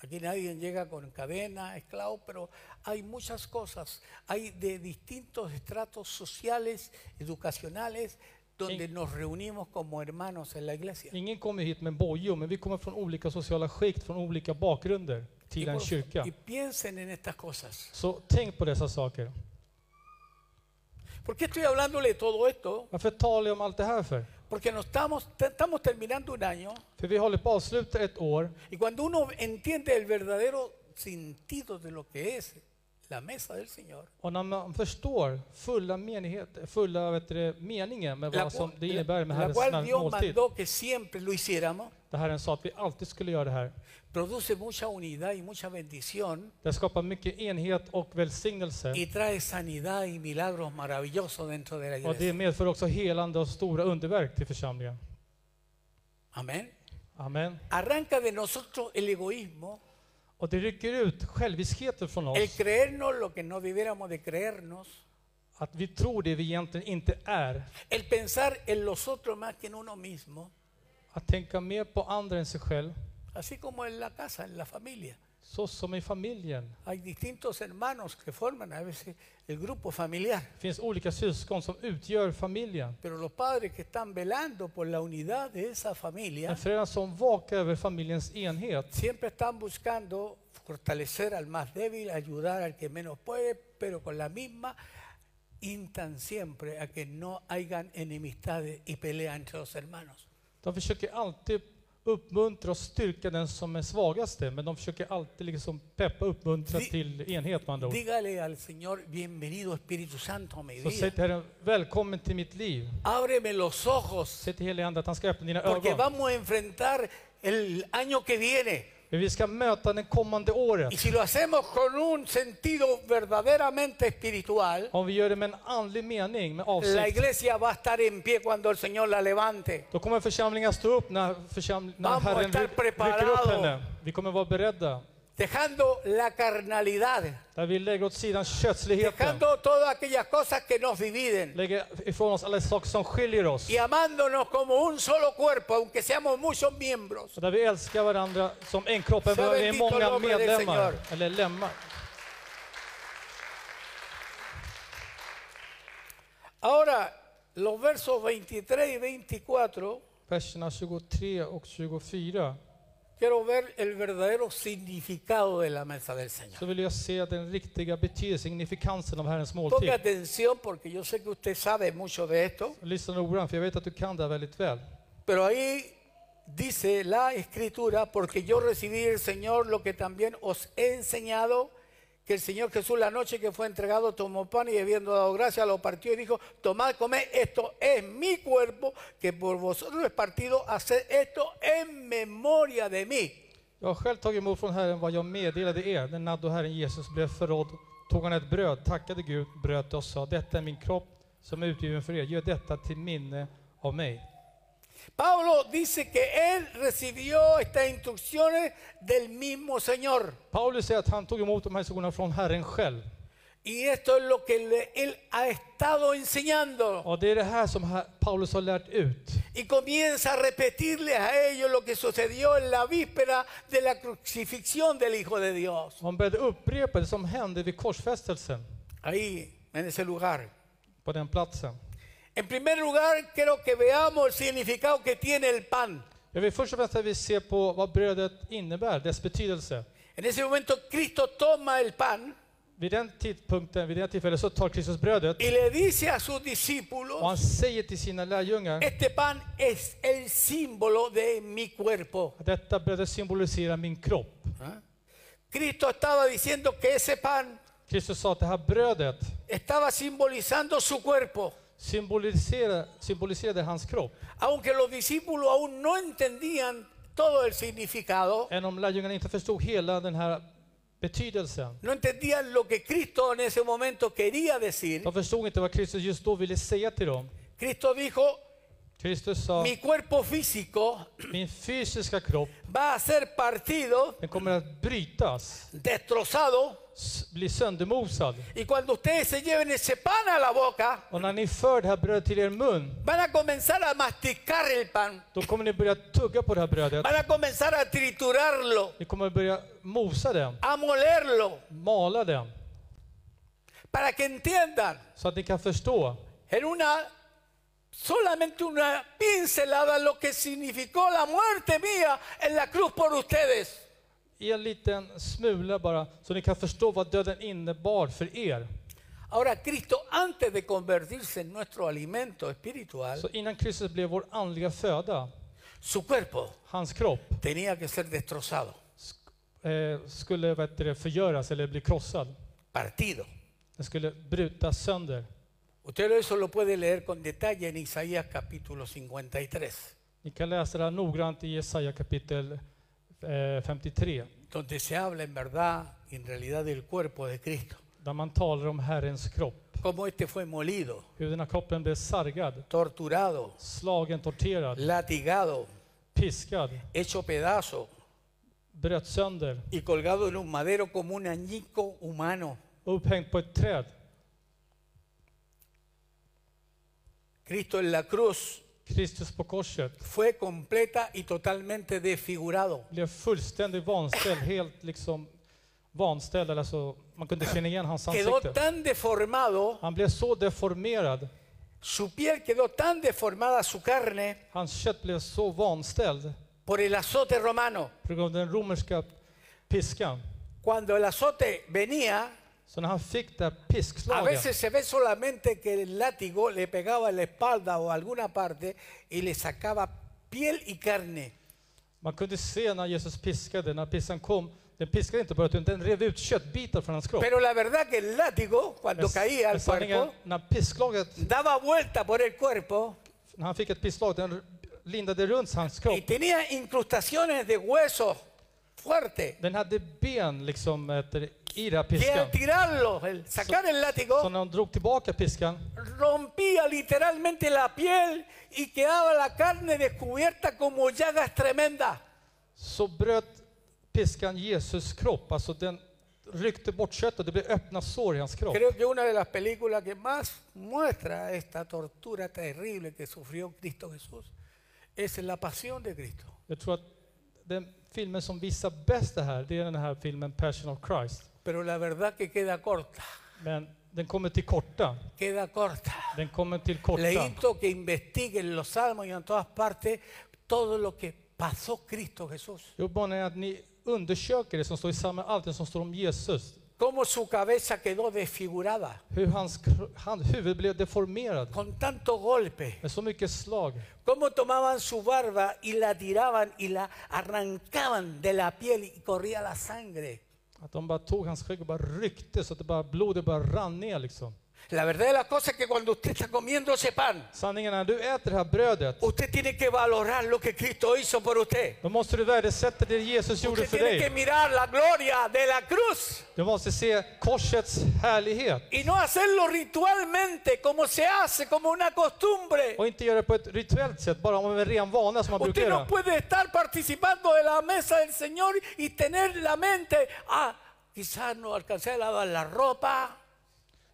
Aquí nadie llega con cadena, esclavo, pero hay muchas cosas. Hay de distintos estratos sociales, educacionales, donde nos reunimos como hermanos en la iglesia.
Ingen kommer hit med bojor, men vi kommer från olika sociala skikt, från olika bakgrunder
Y,
till en
por-
kyrka.
y piensen en estas cosas.
Så tänk på dessa saker.
¿Por qué estoy hablándole de todo esto?
Varför talar jag om allt det här för?
Porque nos estamos, te- estamos terminando un año
För vi håller på att avsluta ett år
y cuando uno entiende el verdadero sentido de lo que es la mesa del Señor,
och när man förstår fulla, menighet, fulla vet du, det, meningen med
la,
vad som
cua-
det innebär med
la cual
Herrens
Dios
måltid.
mandó que siempre lo hiciéramos,
Där Herren sa att vi alltid skulle göra det här.
produce mucha unidad y mucha bendición
Det skapar mycket enhet och välsignelse.
y trae sanidad y milagros maravillosos dentro de la
Och det
iglesia.
medför också helande och stora underverk till församlingen.
Amén.
Amen.
Arranca de nosotros el egoísmo,
Och det rycker ut själviskheten från
el
oss.
creernos lo que no debiéramos de creernos,
Att vi tror det vi egentligen inte är.
el pensar en los otros más que en uno mismo,
Att tänka mer på andra än sig själv.
así como en la casa, en la familia.
Så som i familjen.
Hay distintos hermanos que forman a veces el grupo familiar,
Det finns olika syskon som utgör familjen.
pero los padres que están velando por la unidad de esa
Men
familia
föräldrar som vakar över familjens enhet
siempre están buscando fortalecer al más débil, ayudar al que menos puede, pero con la misma instan siempre a que no hagan enemistades y pelea entre los hermanos.
De försöker alltid uppmuntra och styrka den som är svagaste, men de försöker alltid liksom peppa och uppmuntra
Di-
till enhet med andra ord.
Dígale al Señor, bienvenido Espíritu Santo a mi
Så säg
vida.
till Herren, välkommen till mitt liv.
Ábreme los ojos,
Säg till helige Ande att han ska öppna dina
porque
ögon.
vamos a enfrentar el año que viene.
För vi ska möta det kommande året.
Y si lo hacemos con un sentido verdaderamente espiritual,
Om vi gör det med en andlig mening, med
la
avsikt,
iglesia va a estar en pie cuando el Señor la levante.
då kommer församlingen stå upp när, församling, när
Vamos a
Herren
estar
ry- rycker upp
preparado.
henne. Vi kommer vara beredda.
Dejando la carnalidad,
Där vi lägger åt sidan kötsligheten,
dejando todas aquellas cosas que nos dividen
lägger ifrån oss alla saker som skiljer oss.
y amándonos como un solo cuerpo, aunque seamos muchos miembros.
Och där vi älskar varandra som en kropp, även
Så
om vi är
bendito
många
nombre del
medlemmar
Señor.
eller lemmar.
Ahora, los versos 23 y 24,
Verserna 23 och 24.
quiero ver el verdadero significado de la mesa del Señor.
Så vill jag se den riktiga betydelsen, signifikansen av Herrens måltid.
Ponga atención porque yo sé que usted sabe mucho de esto.
Lyssna noggrant, för jag vet att du kan det här väldigt väl.
Pero ahí dice la escritura, porque yo recibí del Señor lo que también os he enseñado, que el Señor Jesús la noche que fue entregado tomó pan y habiendo dado gracias lo partió y dijo, tomad, comed, esto es mi cuerpo que por vosotros es partido, haced esto en memoria de mí.
Jag har själv tagit emot från Herren vad jag meddelade er. När Naddo Herren Jesus blev förrådd tog han ett bröd, tackade Gud, bröt det och sa detta är min kropp som är utgiven för er. Gör detta till minne av mig.
Pablo dice que él recibió estas instrucciones del mismo Señor.
Paulus säger att han tog emot de här instruktionerna från Herren själv.
Y esto es lo que le- él ha estado enseñando.
Och det är det här som Her- Paulus har lärt ut.
Y comienza a repetirles a ellos lo que sucedió en la víspera de la crucifixión del Hijo de Dios.
Han började upprepa det som hände vid korsfästelsen
Ahí, en ese lugar.
på den platsen.
En primer lugar, quiero que veamos el significado que tiene el pan.
Jag vill först och främst att vi ser på vad brödet innebär, dess betydelse.
En ese momento Cristo toma el pan
Vid den tidpunkten, vid det tillfället, så tar Kristus brödet
y le dice a sus
och han
discípulos,
säger till sina lärjungar
este pan es el símbolo de mi cuerpo.
att detta brödet symboliserar min kropp.
¿Ah? Cristo estaba diciendo que ese pan
Kristus sa att det här brödet
estaba simbolizando su cuerpo.
symboliserar, symboliserade hans kropp.
Aunque los discípulos aún no entendían todo el significado,
Än om lärjungarna inte förstod hela den här betydelsen.
no entendían lo que Cristo en ese momento quería decir,
De förstod inte vad Kristus just då ville säga till dem.
Cristo dijo,
Kristus sa,
mi cuerpo físico
min fysiska kropp,
va a ser partido,
den kommer att brytas,
destrozado,
s- bli söndermosad.
y cuando ustedes se lleven ese pan a la boca,
Och när ni för det här brödet till er mun,
van a comenzar a masticar el pan,
då kommer ni börja tugga på det här brödet.
van a comenzar a triturarlo,
Ni kommer börja mosa det,
a molerlo,
mala det,
para que entiendan,
så att ni kan förstå
en una, solamente una pincelada, lo que significó la muerte mía en la cruz por ustedes.
i en liten smula bara, så ni kan förstå vad döden innebar för er.
Ahora, Cristo, antes de convertirse en nuestro alimento espiritual,
Så innan Kristus blev vår andliga föda,
su cuerpo
hans kropp,
tenía que ser destrozado,
sk- eh, skulle vad heter det, förgöras eller bli krossad.
partido.
Den skulle brytas sönder.
Usted eso lo puede leer con detalle en Isaías capítulo 53,
Ni kan läsa det här noggrant i Jesaja kapitel eh, 53,
donde se habla en verdad, y en realidad, del cuerpo de Cristo.
där man talar om Herrens kropp.
Cómo este fue molido,
Hur den här kroppen blev sargad,
torturado,
slagen, torterad,
latigado,
piskad,
hecho pedazo
bröt sönder,
y colgado en un madero como un añico humano.
upphängd på ett träd.
Cristo en la cruz
Kristus på korset
fue completa y totalmente desfigurado.
blev fullständigt vanställd, helt liksom vanställd, eller så man kunde känna igen hans
Quedó
ansikte.
tan deformado
Han blev så deformerad,
Su piel quedó tan deformada, su carne,
hans kött blev så vanställd
por el azote romano.
på grund av den romerska piskan.
Cuando el azote venía,
Så när han fick det här
a
piskslaget,
veces se ve solamente que el látigo le pegaba en la espalda o alguna parte y le sacaba piel y carne.
man kunde se när Jesus piskade, när piskan kom, den piskade inte bara utan den rev ut köttbitar från hans kropp.
Pero la verdad que el látigo, cuando
Men-
caía
men
al
sanningen,
cuerpo,
när pisklaget,
daba vuelta por el cuerpo
när han fick ett pisslag, den lindade runt hans kropp.
y tenía incrustaciones de huesos fuertes.
Den hade ben liksom efter, i den här
Que al
piskan.
tirarlo, el sacar el
Så
látigo,
när de drog tillbaka piskan
rompía literalmente la piel y quedaba la carne descubierta como llagas tremendas.
så bröt piskan Jesus kropp. Alltså den ryckte bort köttet och det blev öppna sår i hans kropp.
Creo que una de las películas que más muestra esta tortura terrible que sufrió Cristo Jesús es La Pasión de Cristo.
Jag tror att den filmen som visar bäst det här, det är den här filmen Passion of Christ.
Pero la verdad que queda corta,
Men den kommer till korta.
queda corta.
Den kommer till
Le
korta.
invito que investiguen los salmos y en todas partes todo lo que pasó Cristo Jesús.
Jag uppmanar er att ni undersöker det som står i samma allt det som står om Jesus.
Cómo su cabeza quedó desfigurada
Hur hans, kro- hans huvud blev deformerad
con tanto golpe.
med så mycket slag.
Cómo tomaban su barba y la tiraban y la arrancaban de la piel y corría la sangre.
Att de bara tog hans skägg och bara ryckte så att det bara, blodet bara rann ner liksom.
La verdad de las cosas es que cuando usted está comiendo ese pan,
Sanningen är när du äter det här brödet,
usted tiene que valorar lo que Cristo hizo por usted.
då måste du värdesätta det Jesus gjorde
Usted
för
tiene que
dig.
mirar la gloria de la cruz
Du måste se korsets härlighet
y no hacerlo ritualmente como se hace, como una costumbre.
och inte göra det på ett rituellt sätt, bara om en ren vana som man brukar
Usted no
göra.
puede estar participando de la mesa del Señor y tener la mente, ah, quizás no alcancé a lavar la ropa,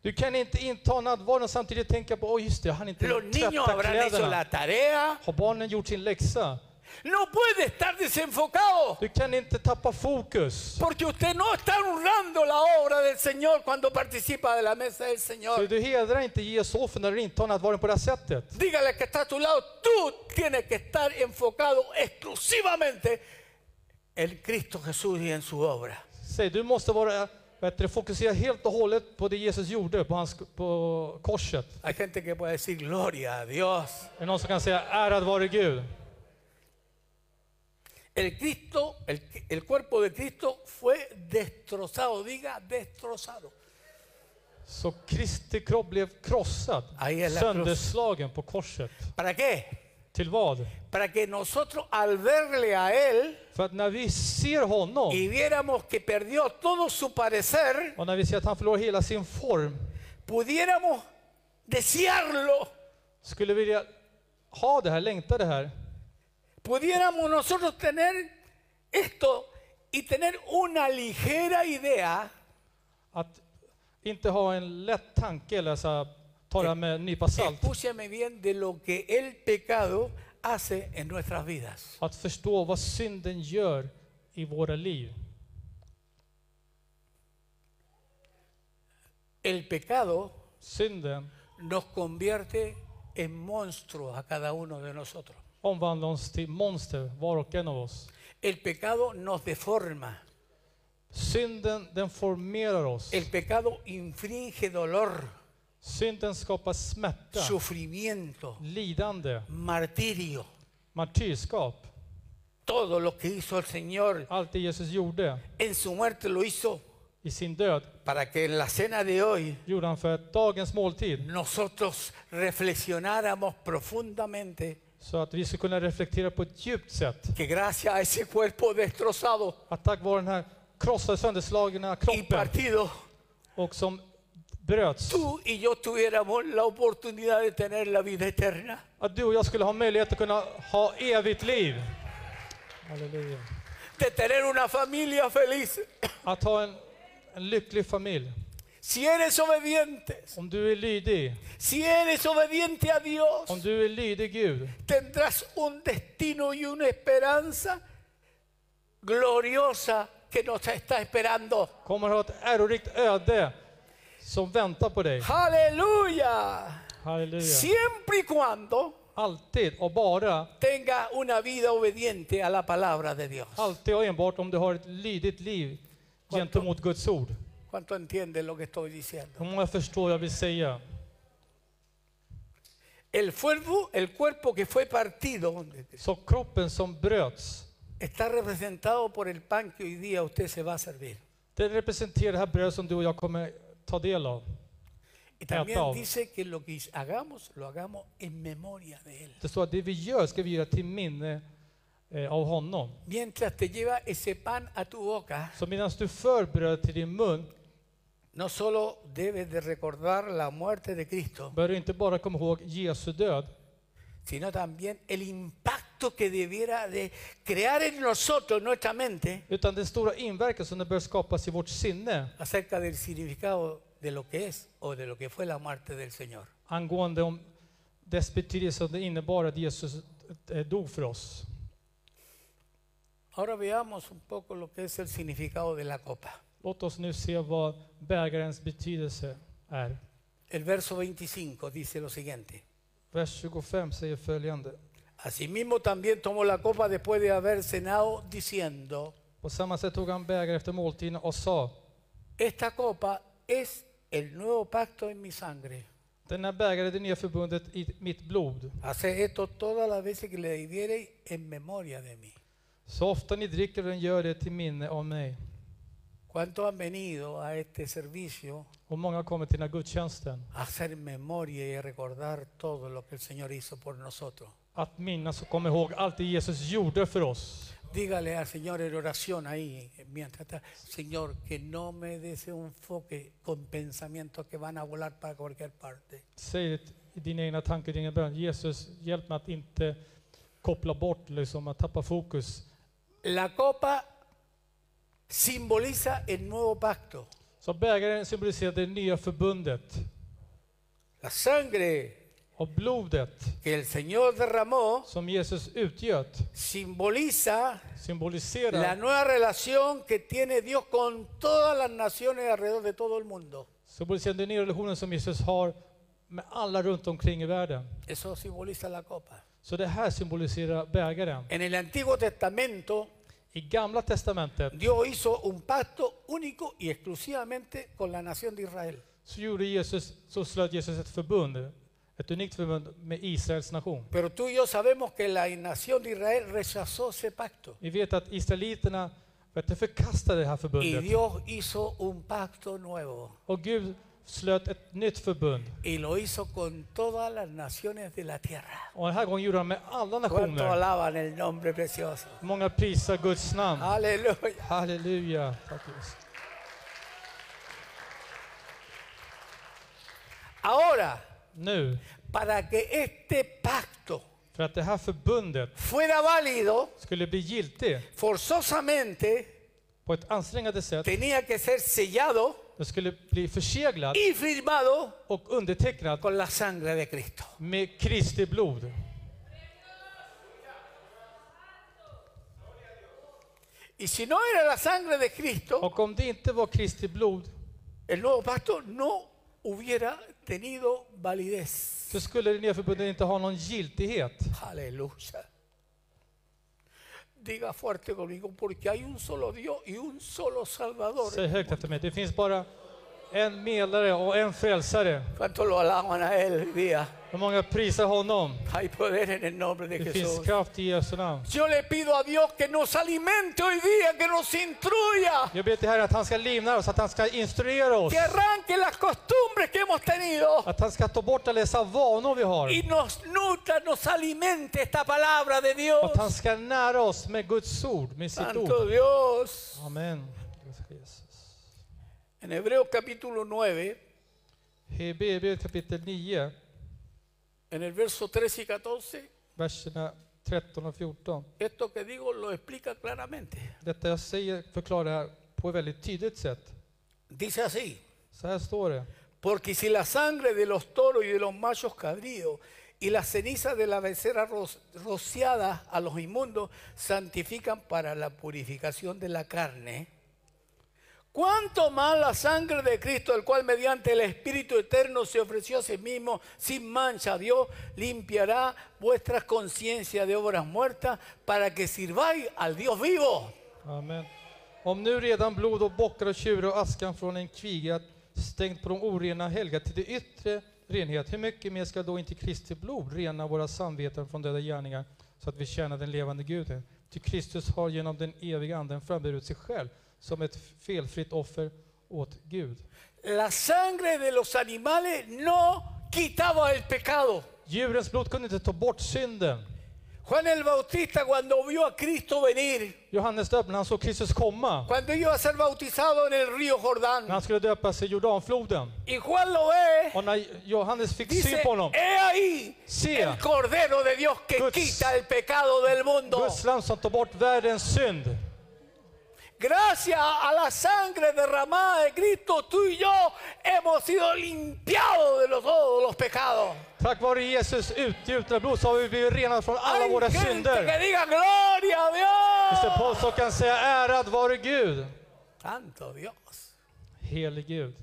Du kan inte inta nattvarden och samtidigt tänka på, åh just det, jag hann inte [laughs]
los niños
tvätta
habrán hecho
kläderna.
la tarea.
Har barnen gjort sin läxa?
No puede estar desenfocado.
Du kan inte tappa fokus.
Porque usted no está honrando la obra del Señor cuando participa de la mesa del
För
Señor.
du hedrar inte Jesus offer när du intar nattvarden på det här sättet.
Dígale que está a tu lado, tú tienes que estar enfocado exclusivamente en Cristo Jesús y en su obra.
Säg, du måste vara bättre, fokusera helt och hållet på det Jesus gjorde på, hans, på korset.
Hay gente que puede decir gloria a Dios.
Är det någon som kan säga ärad vare Gud?
El Cristo, el, el cuerpo de Cristo fue destrozado, diga destrozado.
Så Kristi kropp blev krossad,
Aj, eller
sönderslagen på korset.
¿Para qué?
Till vad?
Para que nosotros al verle a Él
För att när vi ser honom
y viéramos que perdió todo su parecer,
och när vi ser att han förlorar hela sin form,
pudiéramos desearlo,
skulle vi vilja ha det här, längta det här.
pudiéramos nosotros tener esto y tener una ligera idea
Att inte ha en lätt tanke eller så här, ta det här med en nypa salt.
Escúcheme bien de lo que el pecado hace en nuestras vidas.
Att förstå vad synden gör i våra liv.
El pecado
Synden
nos convierte en monstruos a cada uno de nosotros.
omvandlar oss till monster, var och en av oss.
El pecado nos deforma.
Synden den formerar oss.
El pecado infringe dolor,
Synden skapar smärta,
sufrimiento,
lidande,
martirio.
martyrskap.
Todo lo que hizo el Señor
Allt det Jesus gjorde
en su muerte lo hizo
i sin död
para que en la cena de hoy
gjorde han för att dagens måltid
nosotros reflexionáramos profundamente
så att vi ska kunna reflektera på ett djupt sätt.
que gracias a ese cuerpo destrozado
Att tack vare den här krossade, sönderslagna
y
kroppen
partido,
och som bröts,
tú y yo tuviéramos la oportunidad de tener la vida eterna.
att du och jag skulle ha möjlighet att kunna ha evigt liv. Halleluja.
de tener una familia feliz.
Att ha en, en lycklig familj.
Si eres obediente,
Om du är lydig,
si eres obediente a Dios,
om du är lydig Gud,
tendrás un destino y una esperanza gloriosa que nos está esperando.
kommer ha ett ärorikt öde som väntar på dig.
Aleluya.
Halleluja.
Siempre y cuando
Alltid och bara,
tenga una vida obediente a la palabra de Dios.
alltid och enbart om du har ett lydigt liv gentemot Guds ord.
¿Cuánto entiende lo que estoy diciendo?
Hur många förstår vad jag vill säga?
El cuerpo, el cuerpo que fue partido
Så kroppen som bröts,
está representado por el pan que hoy día usted se va a servir.
den representerar det här brödet som du och jag kommer ta del av.
Y también
Atado.
dice que lo que hagamos, lo hagamos en memoria de Él.
Det står att det vi gör ska vi göra till minne eh, av honom.
Mientras te lleva ese pan a tu boca,
Så medan du för brödet till din mun
no solo debes de recordar la muerte de Cristo,
bör du inte bara komma ihåg Jesu död,
sino también el impacto que debiera de crear en nosotros, nuestra mente,
utan den stora inverkan som det bör skapas i vårt sinne
acerca del significado de lo que es o de lo que fue la muerte del Señor.
angående om dess betydelse som det innebar att Jesus eh, dog för oss.
Ahora veamos un poco lo que es el significado de la copa.
Låt oss nu se vad bägarens betydelse är.
El verso 25 dice lo siguiente.
Vers 25 säger följande.
Asimismo también tomó la copa después de haber cenado diciendo,
På samma sätt tog han bägaren efter måltiden och sa
Esta copa es el nuevo pacto en mi sangre.
Denna bägare är det nya förbundet i mitt blod.
Hace esto todas las veces que le diviereis en memoria de mí.
Så ofta ni dricker den gör det till minne av mig.
¿Cuántos han venido a este servicio
Och många kommer till den här gudstjänsten
a hacer memoria y a recordar todo lo que el Señor hizo por nosotros?
att minnas och komma ihåg allt det Jesus gjorde för oss.
Dígale al Señor en oración ahí, mientras está, Señor, que no me desenfoque con pensamientos que van a volar para cualquier parte.
Säg det i dina egna tankar, i dina bön. Jesus, hjälp mig att inte koppla bort, liksom, att tappa fokus.
La copa simboliza el nuevo pacto.
Så bägaren symboliserar det nya förbundet
La sangre
och blodet
que el Señor derramó
som Jesus utgöt
simboliza la
symboliserar,
nueva relación que tiene Dios con todas las naciones alrededor de todo el mundo.
symboliserar den nya relationen som Jesus har med alla runt omkring i världen.
Eso simboliza la copa.
Så det här symboliserar bägaren.
En el Antiguo Testamento,
I Gamla Testamentet
Dios hizo un pacto único y exclusivamente con la nación de Israel.
så, gjorde Jesus, så slöt Jesus ett förbund, ett unikt förbund med Israels nation.
Pero tú y yo sabemos que la nación de Israel rechazó ese pacto.
Vi vet att israeliterna vet du, förkastade det här
Y
förbundet
Dios hizo un pacto nuevo.
och Gud slöt ett nytt förbund.
Y lo hizo con todas las naciones de la tierra.
Och den här gången gjorde han med alla
¿Cuánto
nationer.
alaban el nombre precioso?
Många prisar Guds namn.
Aleluya.
Halleluja. Tack Jesus.
Ahora,
Nu,
para que este pacto
för att det här förbundet
fuera válido,
skulle bli giltigt
forzosamente
på ett ansträngande sätt,
tenía que ser sellado
det skulle bli förseglat
y firmado
och undertecknat
con la sangre de Cristo.
med Kristi blod.
Y si no era la sangre de Cristo,
Och om det inte var Kristi blod
el nuevo pacto no hubiera tenido validez.
så skulle det nya förbundet inte ha någon giltighet.
Aleluya. Diga fuerte conmigo, porque hay un solo Dios y un solo Salvador.
Säg högt efter mig, det finns bara en medlare och en frälsare.
¿Cuánto lo alaban a Él hoy día?
Hur många prisar honom?
Hay poder en el nombre de
Det finns
Jesús.
kraft i Jesu namn.
Yo le pido a Dios que nos alimente hoy día, que nos instruya,
Jag ber till Herren att han ska livnära oss, att han ska instruera oss.
que arranque las costumbres que hemos tenido
Att han ska ta bort alla dessa vanor vi
y
har.
nos nutra, nos alimente esta palabra de Dios.
Att han ska nära oss med Guds ord, med sitt
Santo
ord.
Dios.
Amen. Tack, Jesus.
En Hebreos capítulo 9,
Hebreerbrevet kapitel 9,
en el verso 13 y 14,
verserna 13 och 14.
esto que digo lo explica claramente.
Detta jag säger förklarar jag på ett väldigt tydligt sätt.
Dice así.
Så här står det.
Porque si la sangre de los toros y de los machos cabríos y las cenizas de la becerra ro- rociadas a los inmundos santifican para la purificación de la carne, ¿cuánto más la sangre de Cristo, el cual mediante el Espíritu Eterno se ofreció a sí mismo sin mancha a Dios, limpiará vuestras conciencias de obras muertas para que sirváis al Dios vivo?
Amen. Om nu redan blod och bockar och tjurar och askan från en kviga stängt på de orena helga till det yttre renhet, hur mycket mer ska då inte Kristi blod rena våra samveten från döda gärningar så att vi tjänar den levande guden? Ty Kristus har genom den eviga anden framburit sig själv som ett felfritt offer åt Gud.
La sangre de los animales no quitaba el pecado.
Djurens blod kunde inte ta bort synden.
Juan el Bautista cuando vio a Cristo venir,
Johannes döparen, han såg Kristus komma
cuando iba a ser bautizado en el río
när
Jordán,
han skulle döpas i Jordanfloden.
y Juan lo ve,
Och när Johannes fick syn
dice,
på honom,
he ahí
Sí.
el Cordero de Dios que
Guts.
quita el pecado del mundo.
Guds lam som tar bort världens synd.
Gracias a la sangre derramada de Cristo, tú y yo hemos sido limpiados de los, todos los pecados.
Tack vare Jesus utgjutna blod så har vi blivit renade från alla
Hay
våra
gente que
synder.
diga gloria a Dios.
Mr Paul som kan säga ärad vare Gud,
Santo Dios.
helig Gud.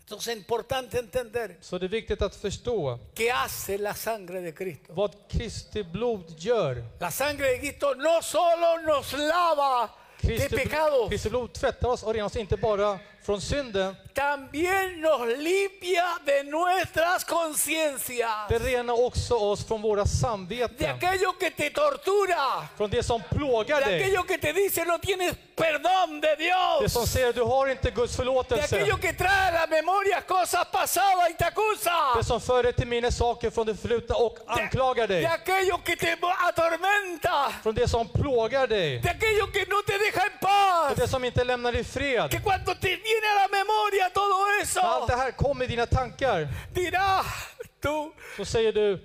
Entonces es importante entender
Så det är viktigt att förstå
qué hace la sangre de Cristo.
vad Kristi blod gör.
La sangre de Cristo no solo nos lava, de pecados.
Kristi blod tvättar oss och renar oss inte bara från synden,
También nos limpia de nuestras conciencias.
det renar också oss från våra
De
samveten.
aquello que te tortura.
Från det som plågar
De
dig.
aquello que te dice no tienes perdón de
Det som
Dios.
säger du har inte Guds
De
förlåtelse.
aquello que trae a la memoria cosas pasadas y te acusa.
Det som för dig till minne saker från det förflutna och anklagar
De
dig.
aquello que te atormenta.
Från det som plågar dig.
De aquello que no te deja en
Från det
paz.
som inte lämnar dig i fred.
Que cuando te viene a la memoria todo
När
eso,
allt det här kommer i dina tankar
dirás tú,
så säger du,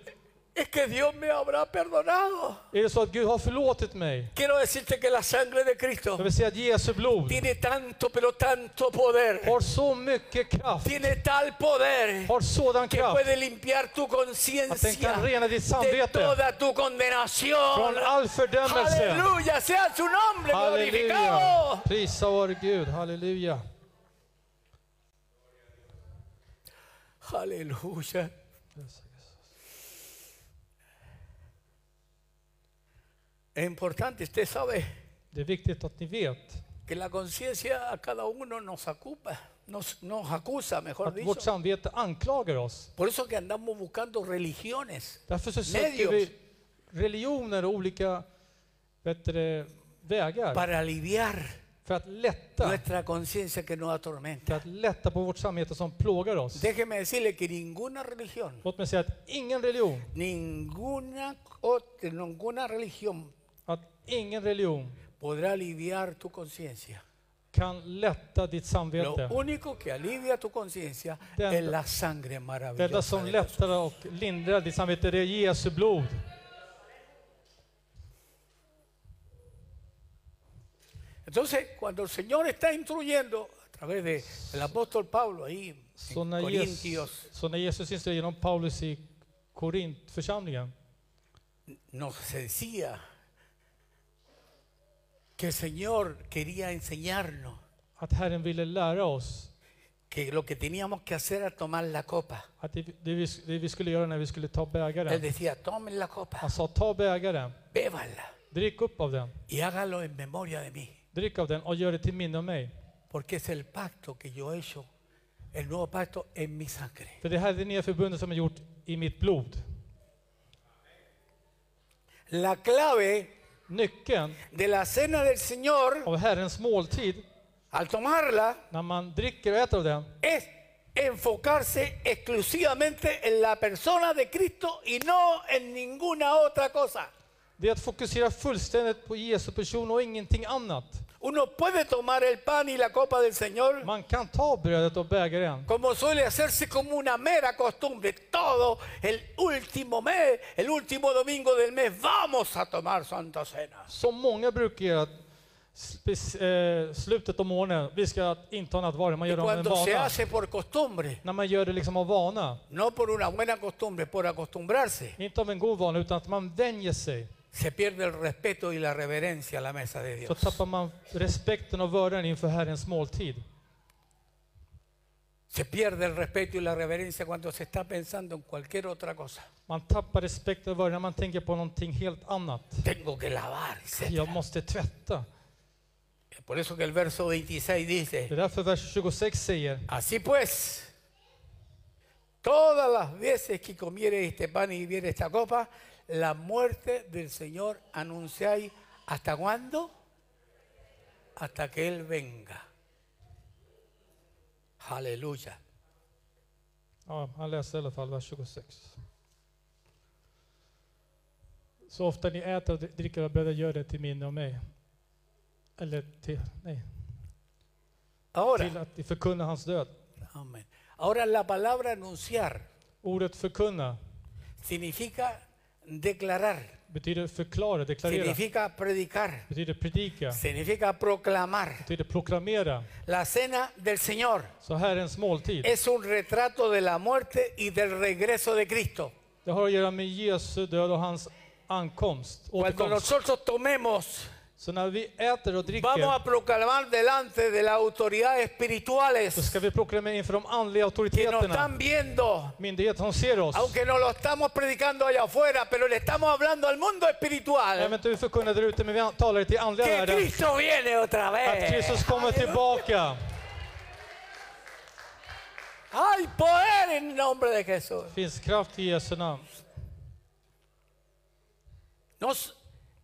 es que Dios me habrá perdonado.
är det så att Gud har förlåtit mig?
Quiero decirte que la sangre de Cristo
Jag vill säga att Jesu blod
tiene tanto, pero tanto poder.
har så mycket kraft,
Tiene tal poder
har sådan
que
kraft
puede limpiar tu
att den
conciencia
kan rena ditt
de
samvete
toda tu condenación.
från all fördömelse.
Aleluya, sea su nombre
Halleluja!
glorificado.
Prisa vare Gud, halleluja.
Aleluya. Es importante, usted sabe
Det är viktigt att ni vet
que la conciencia a cada uno nos ocupa, nos, nos acusa, mejor
att vårt
dicho.
samvete anklagar oss.
Por eso que andamos buscando religiones.
Därför så söker
Medios.
vi religioner och olika bättre vägar
para aliviar
för att lätta,
nuestra conciencia que nos atormenta.
för att lätta på vårt samvete som plågar oss.
Déjeme decirle que ninguna religión,
Låt mig säga att ingen religion,
ninguna otra, ninguna religión
att ingen religion
podrá aliviar tu conciencia.
kan lätta ditt
Lo
samvete.
único que alivia tu conciencia
Dentro.
es la sangre
Det enda
maravillosa.
som
de Jesús.
lättar och lindrar ditt samvete det är Jesu blod.
Entonces, cuando el Señor está instruyendo a través del apóstol Pablo ahí
Så
en
när
Corintios,
Jesus, så när Jesus instruerar genom Paulus i Korintförsamlingen
nos decía que el Señor quería enseñarnos
att Herren ville lära oss
que lo que teníamos que hacer era tomar la copa.
att det, det, vi, det vi skulle göra när vi skulle ta
Él
bägaren.
decía, tomen la copa,
Han sa ta bägaren,
bébanla
drick upp av den,
y hágalo en memoria de mí,
drick av den och gör det till minne av mig.
porque es el pacto que yo he hecho, el nuevo pacto en mi sangre.
För det här är det nya förbundet som är gjort i mitt blod.
La clave
Nyckeln
de la cena del Señor,
av Herrens måltid,
al tomarla,
när man dricker och äter av den,
es enfocarse exclusivamente en la persona de Cristo y no en ninguna otra cosa.
det är att fokusera fullständigt på Jesu person och ingenting annat.
Uno puede tomar el pan y la copa del Señor
Man kan ta brödet och bägaren
como suele hacerse como una mera costumbre, todo el último mes, el último domingo del mes, vamos a tomar Santa Cena.
som många brukar göra spec- eh, slutet av månaden. Vi ska inta nattvarden, man
Y
gör det av en
cuando se
vana.
hace por costumbre,
När man gör det liksom av vana,
no por una buena costumbre, por acostumbrarse,
inte av en god vana, utan att man vänjer sig.
se pierde el respeto y la reverencia a la mesa de
Så
Dios.
tappar man respekten och vördnaden inför Herrens måltid.
Se pierde el respeto y la reverencia cuando se está pensando en cualquier otra cosa.
Man tappar respekten och vördnaden när man tänker på någonting helt annat.
Tengo que lavar, etc.
Jag måste tvätta.
Por eso que el verso 26
Det är
dice,
därför vers 26 säger,
así pues, Todas las veces que comiere este pan y bebiere esta copa, la muerte del Señor anunciáis. ¿Hasta cuándo? Hasta que Él venga. Aleluya.
Ja, han läser i alla fall vers 26. Så ofta ni äter och dricker av brödet, gör det till minne av mig. Eller till, nej, till
Ahora,
att ni förkunnar hans död.
amén. Ahora la palabra anunciar
Ordet förkunna
significa declarar,
betyder förklara, deklarera,
significa predicar,
betyder predika,
significa proclamar.
betyder proklamera.
La cena del Señor
Så Herrens måltid,
es un retrato de la muerte y del regreso de Cristo.
det har att göra med Jesu död och hans ankomst,
Cuando
återkomst.
nosotros tomemos
Så när vi äter
Vamos
och dricker,
a proclamar delante de las autoridades
då
espirituales
ska vi proklamera inför de andliga
que nos están
auktoriteterna,
viendo.
myndigheter som ser oss.
Aunque no lo estamos predicando allá afuera, pero le estamos hablando al mundo
Även
espiritual.
inte vi förkunnar där ute, men vi talar till andliga
Que
världen.
Cristo viene otra
Att
vez.
Kristus kommer tillbaka.
Hay poder en nombre de Jesús.
Det finns kraft i Jesu namn.
Nos,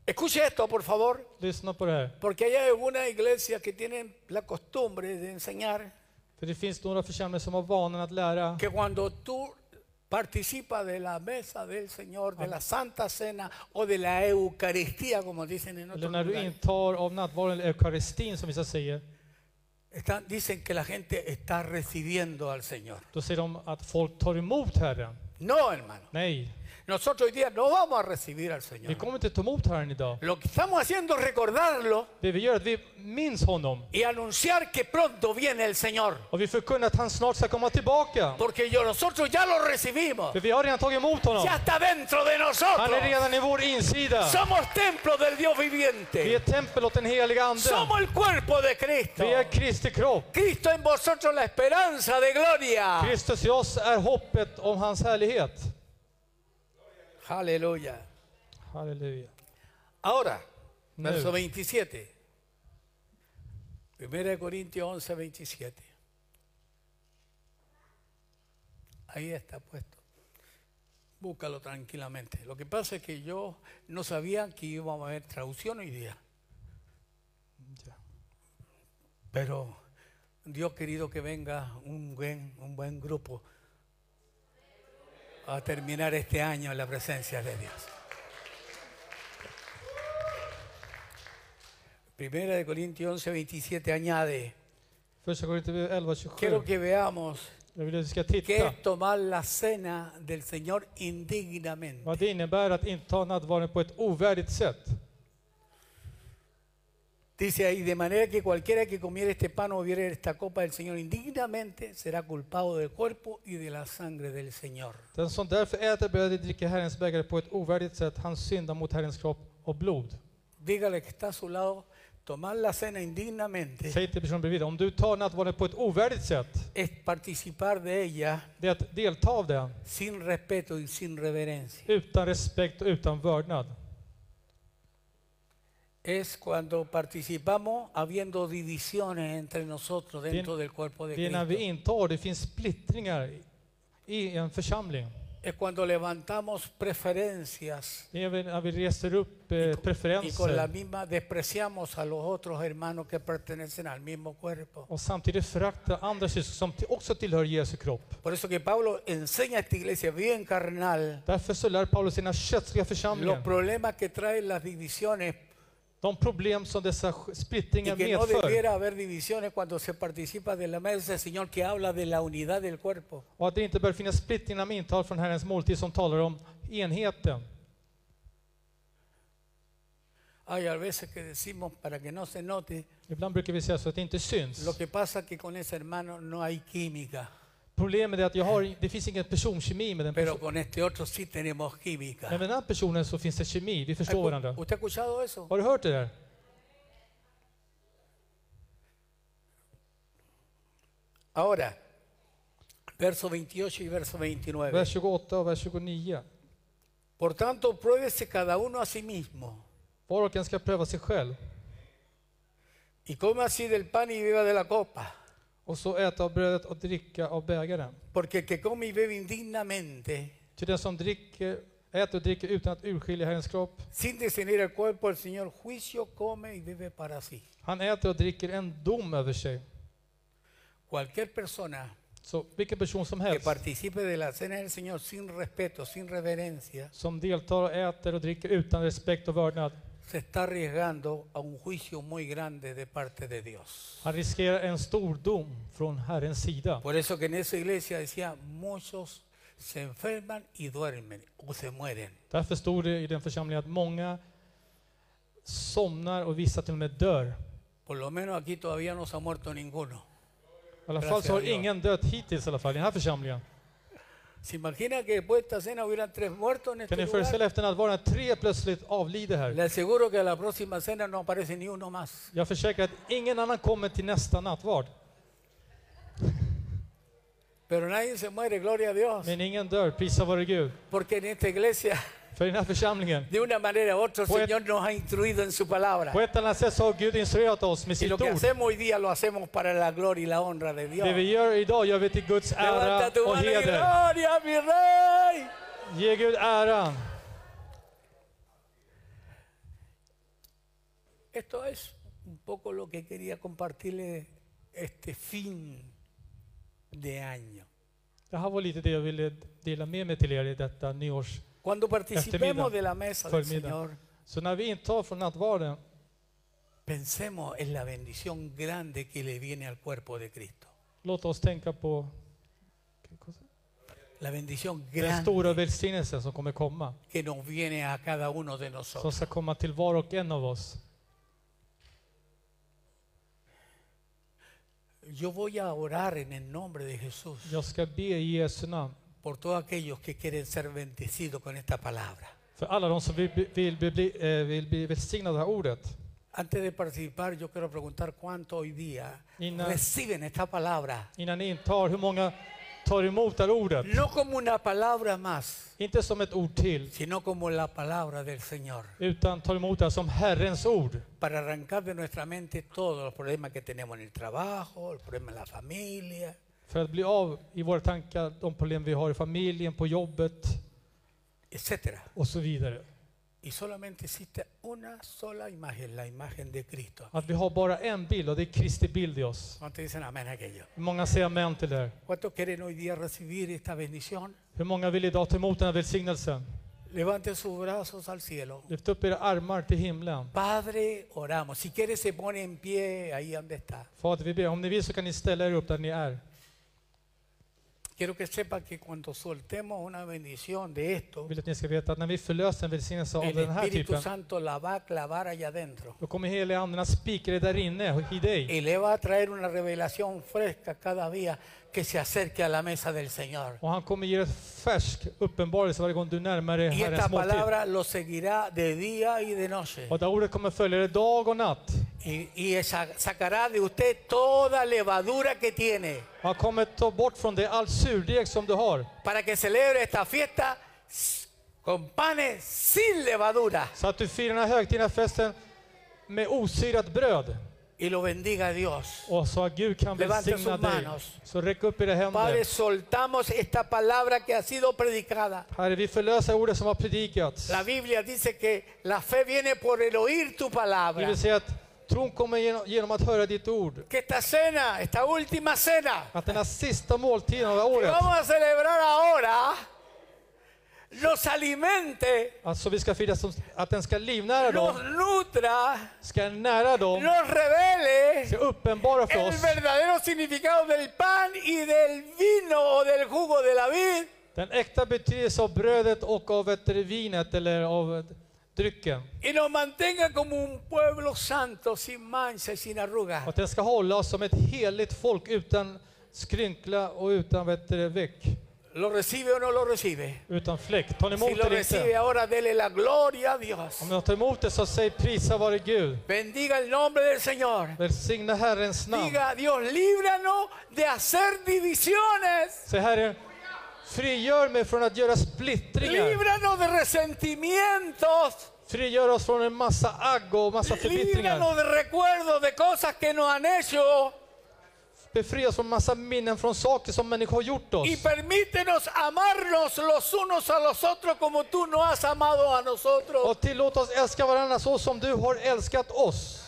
escuche esto, por favor.
Lyssna på det här.
Porque hay algunas iglesias que tienen la costumbre de enseñar
För det finns några församlingar som har vanan att lära
que cuando tú participas de la mesa del Señor, de la Santa Cena o de la Eucaristía, como dicen en
Eller
otros
när du
lugares,
intar av nattvarden eller eukaristin som vissa säger,
están- dicen que la gente está recibiendo al Señor.
då säger de att folk tar emot Herren.
No, hermano.
Nej,
Nosotros hoy día no vamos a recibir al
vi
Señor.
kommer inte ta emot Herren idag.
Lo que estamos haciendo es recordarlo
Det vi gör är att vi minns honom
y anunciar que pronto viene el Señor.
och vi förkunnar att han snart ska komma tillbaka.
Porque yo, nosotros ya lo recibimos.
För vi har redan tagit emot honom.
Ya está dentro de
Han är
nosotros.
redan i vår insida.
Somos templo del Dios
Vi är
viviente.
tempel åt den heliga Ande.
Somos el cuerpo de Cristo.
Vi är Kristi kropp.
Cristo en vosotros la esperanza de gloria.
Kristus i oss är hoppet om hans härlighet.
Aleluya.
Halleluja.
Ahora,
No.
verso 27. 1 Corintios 11, 27. Ahí está puesto. Búscalo tranquilamente. Lo que pasa es que yo no sabía que íbamos a ver traducción hoy día.
Ya.
Pero Dios querido que venga un buen, un buen grupo a terminar este año en la presencia de Dios. Primera de Corintios 11, 27 añade,
Första Korinthierbrevet 11, 27.
quiero que veamos
Jag vill att vi ska
qué
titta
es tomar la cena del Señor indignamente.
vad det innebär att inta nattvarden på ett ovärdigt sätt.
Dice ahí, de manera que cualquiera que comiere este pan o bebiere esta copa del Señor indignamente será culpado del cuerpo y de la sangre del Señor.
Den som därför äter brödet och dricker Herrens bägare på ett ovärdigt sätt, han syndar mot Herrens kropp och blod.
Dígale que está a su lado, tomar la cena indignamente
Säg till personen bredvid dig, om du tar nattvarden på ett ovärdigt sätt,
es participar de ella
det är att delta av den
sin respeto y sin reverencia.
utan respekt och utan vördnad.
Es cuando participamos habiendo divisiones entre nosotros dentro del cuerpo de
Det är när vi
Cristo.
intar, det finns splittringar i- i en församling.
Es cuando levantamos preferencias
Det är väl när vi reser upp eh,
y con la
preferenser
misma despreciamos a los otros hermanos que pertenecen al mismo cuerpo.
och samtidigt föraktar andra syskon som till- också tillhör Jesu kropp.
Por eso que Pablo enseña a esta iglesia bien carnal
Därför så lär Paulus sina kötsliga
los
församlingar
problemas que traen las divisiones
de problem som dessa sk-
y
splittringar
que no
medför
debiera haber divisiones cuando se participa de la mesa del Señor que habla de la unidad del cuerpo.
och att det inte bör finnas splittringar när man intar från Herrens måltid som talar om enheten.
Hay a veces que decimos para que no se note,
Ibland brukar vi säga så att det inte
lo
syns.
que pasa que con ese hermano no hay química,
Problemet är att jag har, det finns ingen personkemi med den
pero
personen.
con este otro sí tenemos química.
Men med den här personen så finns det kemi, vi förstår varandra.
¿Usted ha escuchado eso?
Har du hört det där?
Ahora, verso 28 y verso 29.
Vers 28 och vers 29.
Por tanto, pruébese cada uno a sí mismo
Var och en ska pröva sig själv
y coma así del pan y beba de la copa.
och så äta av brödet och dricka av bägaren.
Porque el que come y bebe indignamente,
Ty den som dricker, äter och dricker utan att urskilja Herrens kropp,
sin discernir el cuerpo del Señor, juicio come y bebe para sí.
han äter och dricker en dom över sig.
Cualquier persona
Så vilken person som
que
helst
participe de la cena del Señor sin respeto, sin reverencia,
som deltar och äter och dricker utan respekt och vördnad,
se está arriesgando a un juicio muy grande de parte de Dios.
han riskerar en stor dom från Herrens sida.
Por eso que en esa iglesia decía, muchos se enferman y duermen o se mueren.
Därför stod det i den församlingen att många somnar och vissa till och med dör.
Por lo menos aquí todavía no se ha muerto ninguno.
I alla fall så har
Gracias, Dios.
ingen dött hittills i alla fall i den här församlingen.
¿Se imagina que después de esta cena hubieran tres muertos en este
Kan ni
lugar?
föreställa er efter nattvarden att tre plötsligt avlider
Le
här?
aseguro que a la próxima cena no aparece ni uno más.
Jag försäkrar att ingen annan kommer till nästa nattvard.
Pero nadie se muere, gloria a Dios.
Men ingen dör, prisa vare Gud.
Porque en esta iglesia, [laughs]
För i den här församlingen,
de una manera u otra, el
Pues-
Señor nos ha instruido en su palabra.
på ett annat sätt så har Gud instruerat oss med
Y
sitt
lo que
ord.
hacemos hoy día lo hacemos para la gloria y la honra de Dios.
Det vi gör idag gör vi till Guds ära
Levanta tu
och
mano y
heder.
gloria, mi rey.
Ge Gud äran.
Esto es un poco lo que quería compartirle este fin de año.
Det här var lite det jag ville dela med mig till er i detta nyårs...
Cuando participemos
Eftermiddag.
de la mesa del
Förmiddag.
Señor,
Så när vi intar från nattvarden,
pensemos en la bendición grande que le viene al cuerpo de Cristo.
låt oss tänka på
La bendición
den stora
grande
välsignelsen som kommer komma.
que nos viene a cada uno de
Som
nosotros.
ska komma till var och en av oss.
Yo voy a orar en el nombre de Jesús
Jag ska be i Jesu namn
por todos aquellos que quieren ser bendecidos con esta palabra.
för alla de som vill, bli- vill, bli, eh, vill bli välsignade av det här ordet.
Antes de participar, yo quiero preguntar cuánto hoy día
Ina-
reciben esta palabra.
Innan ni intar, hur många tar emot det här ordet?
No como una palabra más,
Inte som ett ord till,
sino como la palabra del Señor.
utan tar emot det här som Herrens ord.
Para arrancar de nuestra mente todos los problemas que tenemos en el trabajo, el problema en la familia,
För att bli av i våra tankar de problem vi har i familjen, på jobbet
etc.
och så vidare.
Y solamente existe una sola imagen, la imagen de Cristo.
Att vi har bara en bild och det är Kristi bild i oss.
¿Cuántos dicen amén a aquello?
Hur många säger amen till det här?
¿Cuántos quieren hoy día recibir esta bendición?
Hur många vill idag ta emot den här välsignelsen?
Levanten sus brazos al cielo.
Lyft upp era armar till himlen.
Padre, oramos. Si quiere, se pone en pie ahí donde está.
Fader, vi ber, om ni vill så kan ni ställa er upp där ni är.
Quiero que sepa que cuando soltemos una bendición de esto,
Jag vill att ni ska veta att när vi förlöser en välsignelse av
el
den här
Espíritu
typen,
Santo la va a clavar allá adentro
då kommer heliga anden att spika dig där inne, i dig.
y le va a traer una revelación fresca cada día que se acerque a la mesa del Señor.
Och han kommer ge dig färsk uppenbarelse varje gång du närmar dig
Y esta
Herrens måltid.
palabra lo seguirá de día y de noche.
Och det ordet kommer följa dig dag och natt.
Y, y esa- sacará de usted toda levadura que tiene
Han kommer ta bort från dig all surdeg som du har.
para que celebre esta fiesta s- con panes sin levadura.
Så att du firar den här högtidliga festen med osyrat bröd.
Y lo bendiga Dios.
Och så att Gud kan
Levanta
välsigna
sus
dig.
manos.
Så räck upp era händer.
Padre, soltamos esta palabra que ha sido predicada.
Herre, vi förlöser ordet som har predikats.
La Biblia dice que la fe viene por el oír tu
Vi
palabra.
vill säga att tron kommer genom, genom att höra ditt ord.
Que esta cena, esta última cena,
Att den här sista måltiden av det här
que
året,
vamos a celebrar ahora, nos alimente,
alltså vi ska fira som, att den ska livnära
nos
dem,
nutra,
ska nära dem,
nos revele
ska uppenbara för
el
oss
verdadero significado del pan y del vino o del jugo de la vid.
den äkta betydelsen av brödet och av ett vinet eller av ett- drycken.
Y nos mantenga como un pueblo santo, sin mancha y sin arruga.
Att den ska hålla oss som ett heligt folk utan skrynkla och utan vet, du, veck,
¿Lo recibe o no lo recibe?
utan fläck. Tar ni
Si
emot
lo
det
recibe
inte?
ahora, dele la gloria a Dios.
Om ni tar emot det så säg prisa vare Gud.
Bendiga el nombre del Señor.
Välsigna Herrens namn.
Diga, Dios, líbranos de hacer divisiones.
Säg Herre, frigör mig från att göra splittringar.
Líbranos de resentimientos.
Frigör oss från en massa agg och massa förbittringar.
Líbranos de recuerdos de cosas que nos han hecho.
Befria oss från massa minnen från saker som människor har gjort oss.
Y permítenos amarnos los unos a los otros como tú nos has amado a nosotros.
Och tillåt oss älska varandra så som du har älskat oss.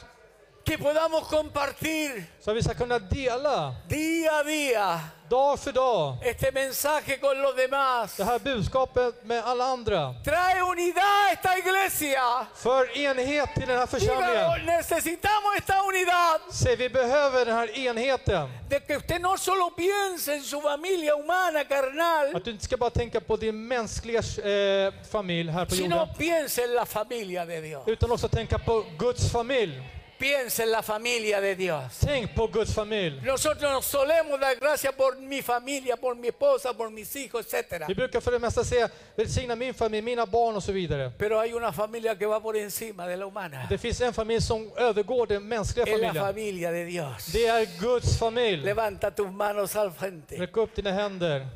Que podamos compartir
Så att vi ska kunna dela,
día a día
dag för dag,
este mensaje con los demás.
det här budskapet med alla andra.
Trae unidad a esta iglesia.
För enhet till den här
Dígalo,
församlingen.
necesitamos esta unidad.
Säg, vi behöver den här enheten.
de que usted no solo piense en su familia humana, carnal,
Att du inte ska bara tänka på din mänskliga eh, familj här på jorden.
sino piense en la familia de Dios.
Utan också tänka på Guds familj.
Piensa en la familia de Dios.
Tänk på Guds familj.
Nosotros nos solemos dar gracias por mi familia, por mi esposa, por mis hijos, etc.
Vi brukar för det mesta säga välsigna min familj, mina barn och så vidare.
Pero hay una familia que va por encima de la humana.
Det finns en familj som övergår den mänskliga
Es la
familjen.
familia de Dios.
Det är Guds familj.
Levanta tus manos al frente
Räck upp dina händer.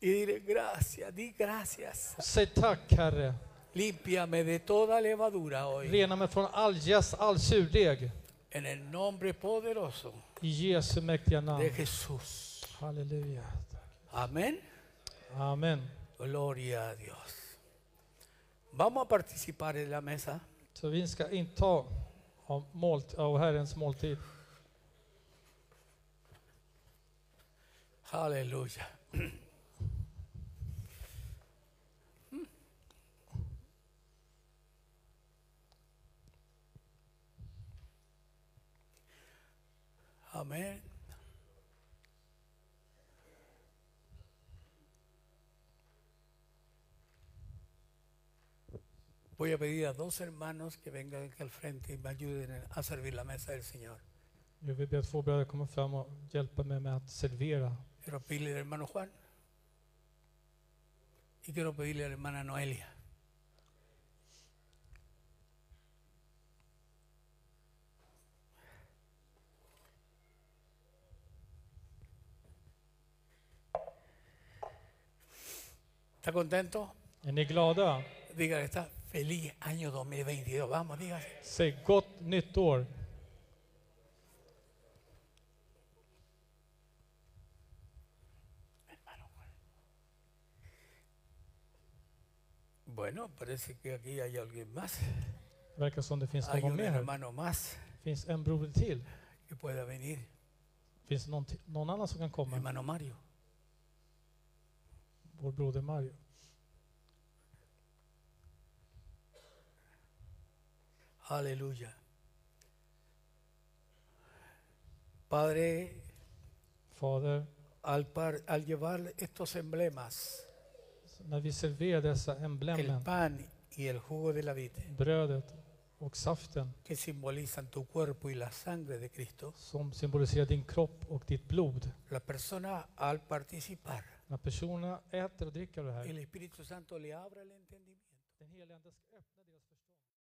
y dile gracias, di gracias.
Säg tack Herre.
Límpiame de toda levadura hoy.
Rena mig från all jäst, all surdeg.
En el nombre poderoso
I Jesu mäktiga
de
namn.
Jesús.
Halleluja.
Amén.
Amen.
Gloria a Dios. Vamos a participar en la mesa.
Så vi ska inta av, målt, av Herrens måltid.
Aleluya. Amén. Voy a pedir a dos hermanos que vengan aquí al frente y me ayuden a servir la mesa del Señor.
Jag vill be att två bröder kommer fram och hjälper mig med att servera.
Quiero pedirle al hermano Juan y quiero pedirle a la hermana Noelia. ¿Está contento?
Är ni glada?
Diga que está feliz año 2022. Vamos, dígase.
Säg gott nytt år.
Bueno, parece que aquí hay alguien más.
Det verkar som det finns
Hay
någon
un
mer här.
hermano más
Finns en broder till?
que pueda venir.
Finns det någon, till- någon annan som kan komma?
Hermano Mario.
Vår broder Mario.
Aleluya. Padre,
Fader,
al, par- al llevar estos emblemas,
när vi serverar dessa
el
emblemen,
pan y el jugo de la vid,
brödet och saften
que simbolizan tu cuerpo y la sangre de Cristo,
som symboliserar din kropp och ditt blod.
la persona al participar,
När personerna äter och dricker det här,
el Espíritu Santo le abre el entendimiento.
den helige Ande ska öppna deras förstånd.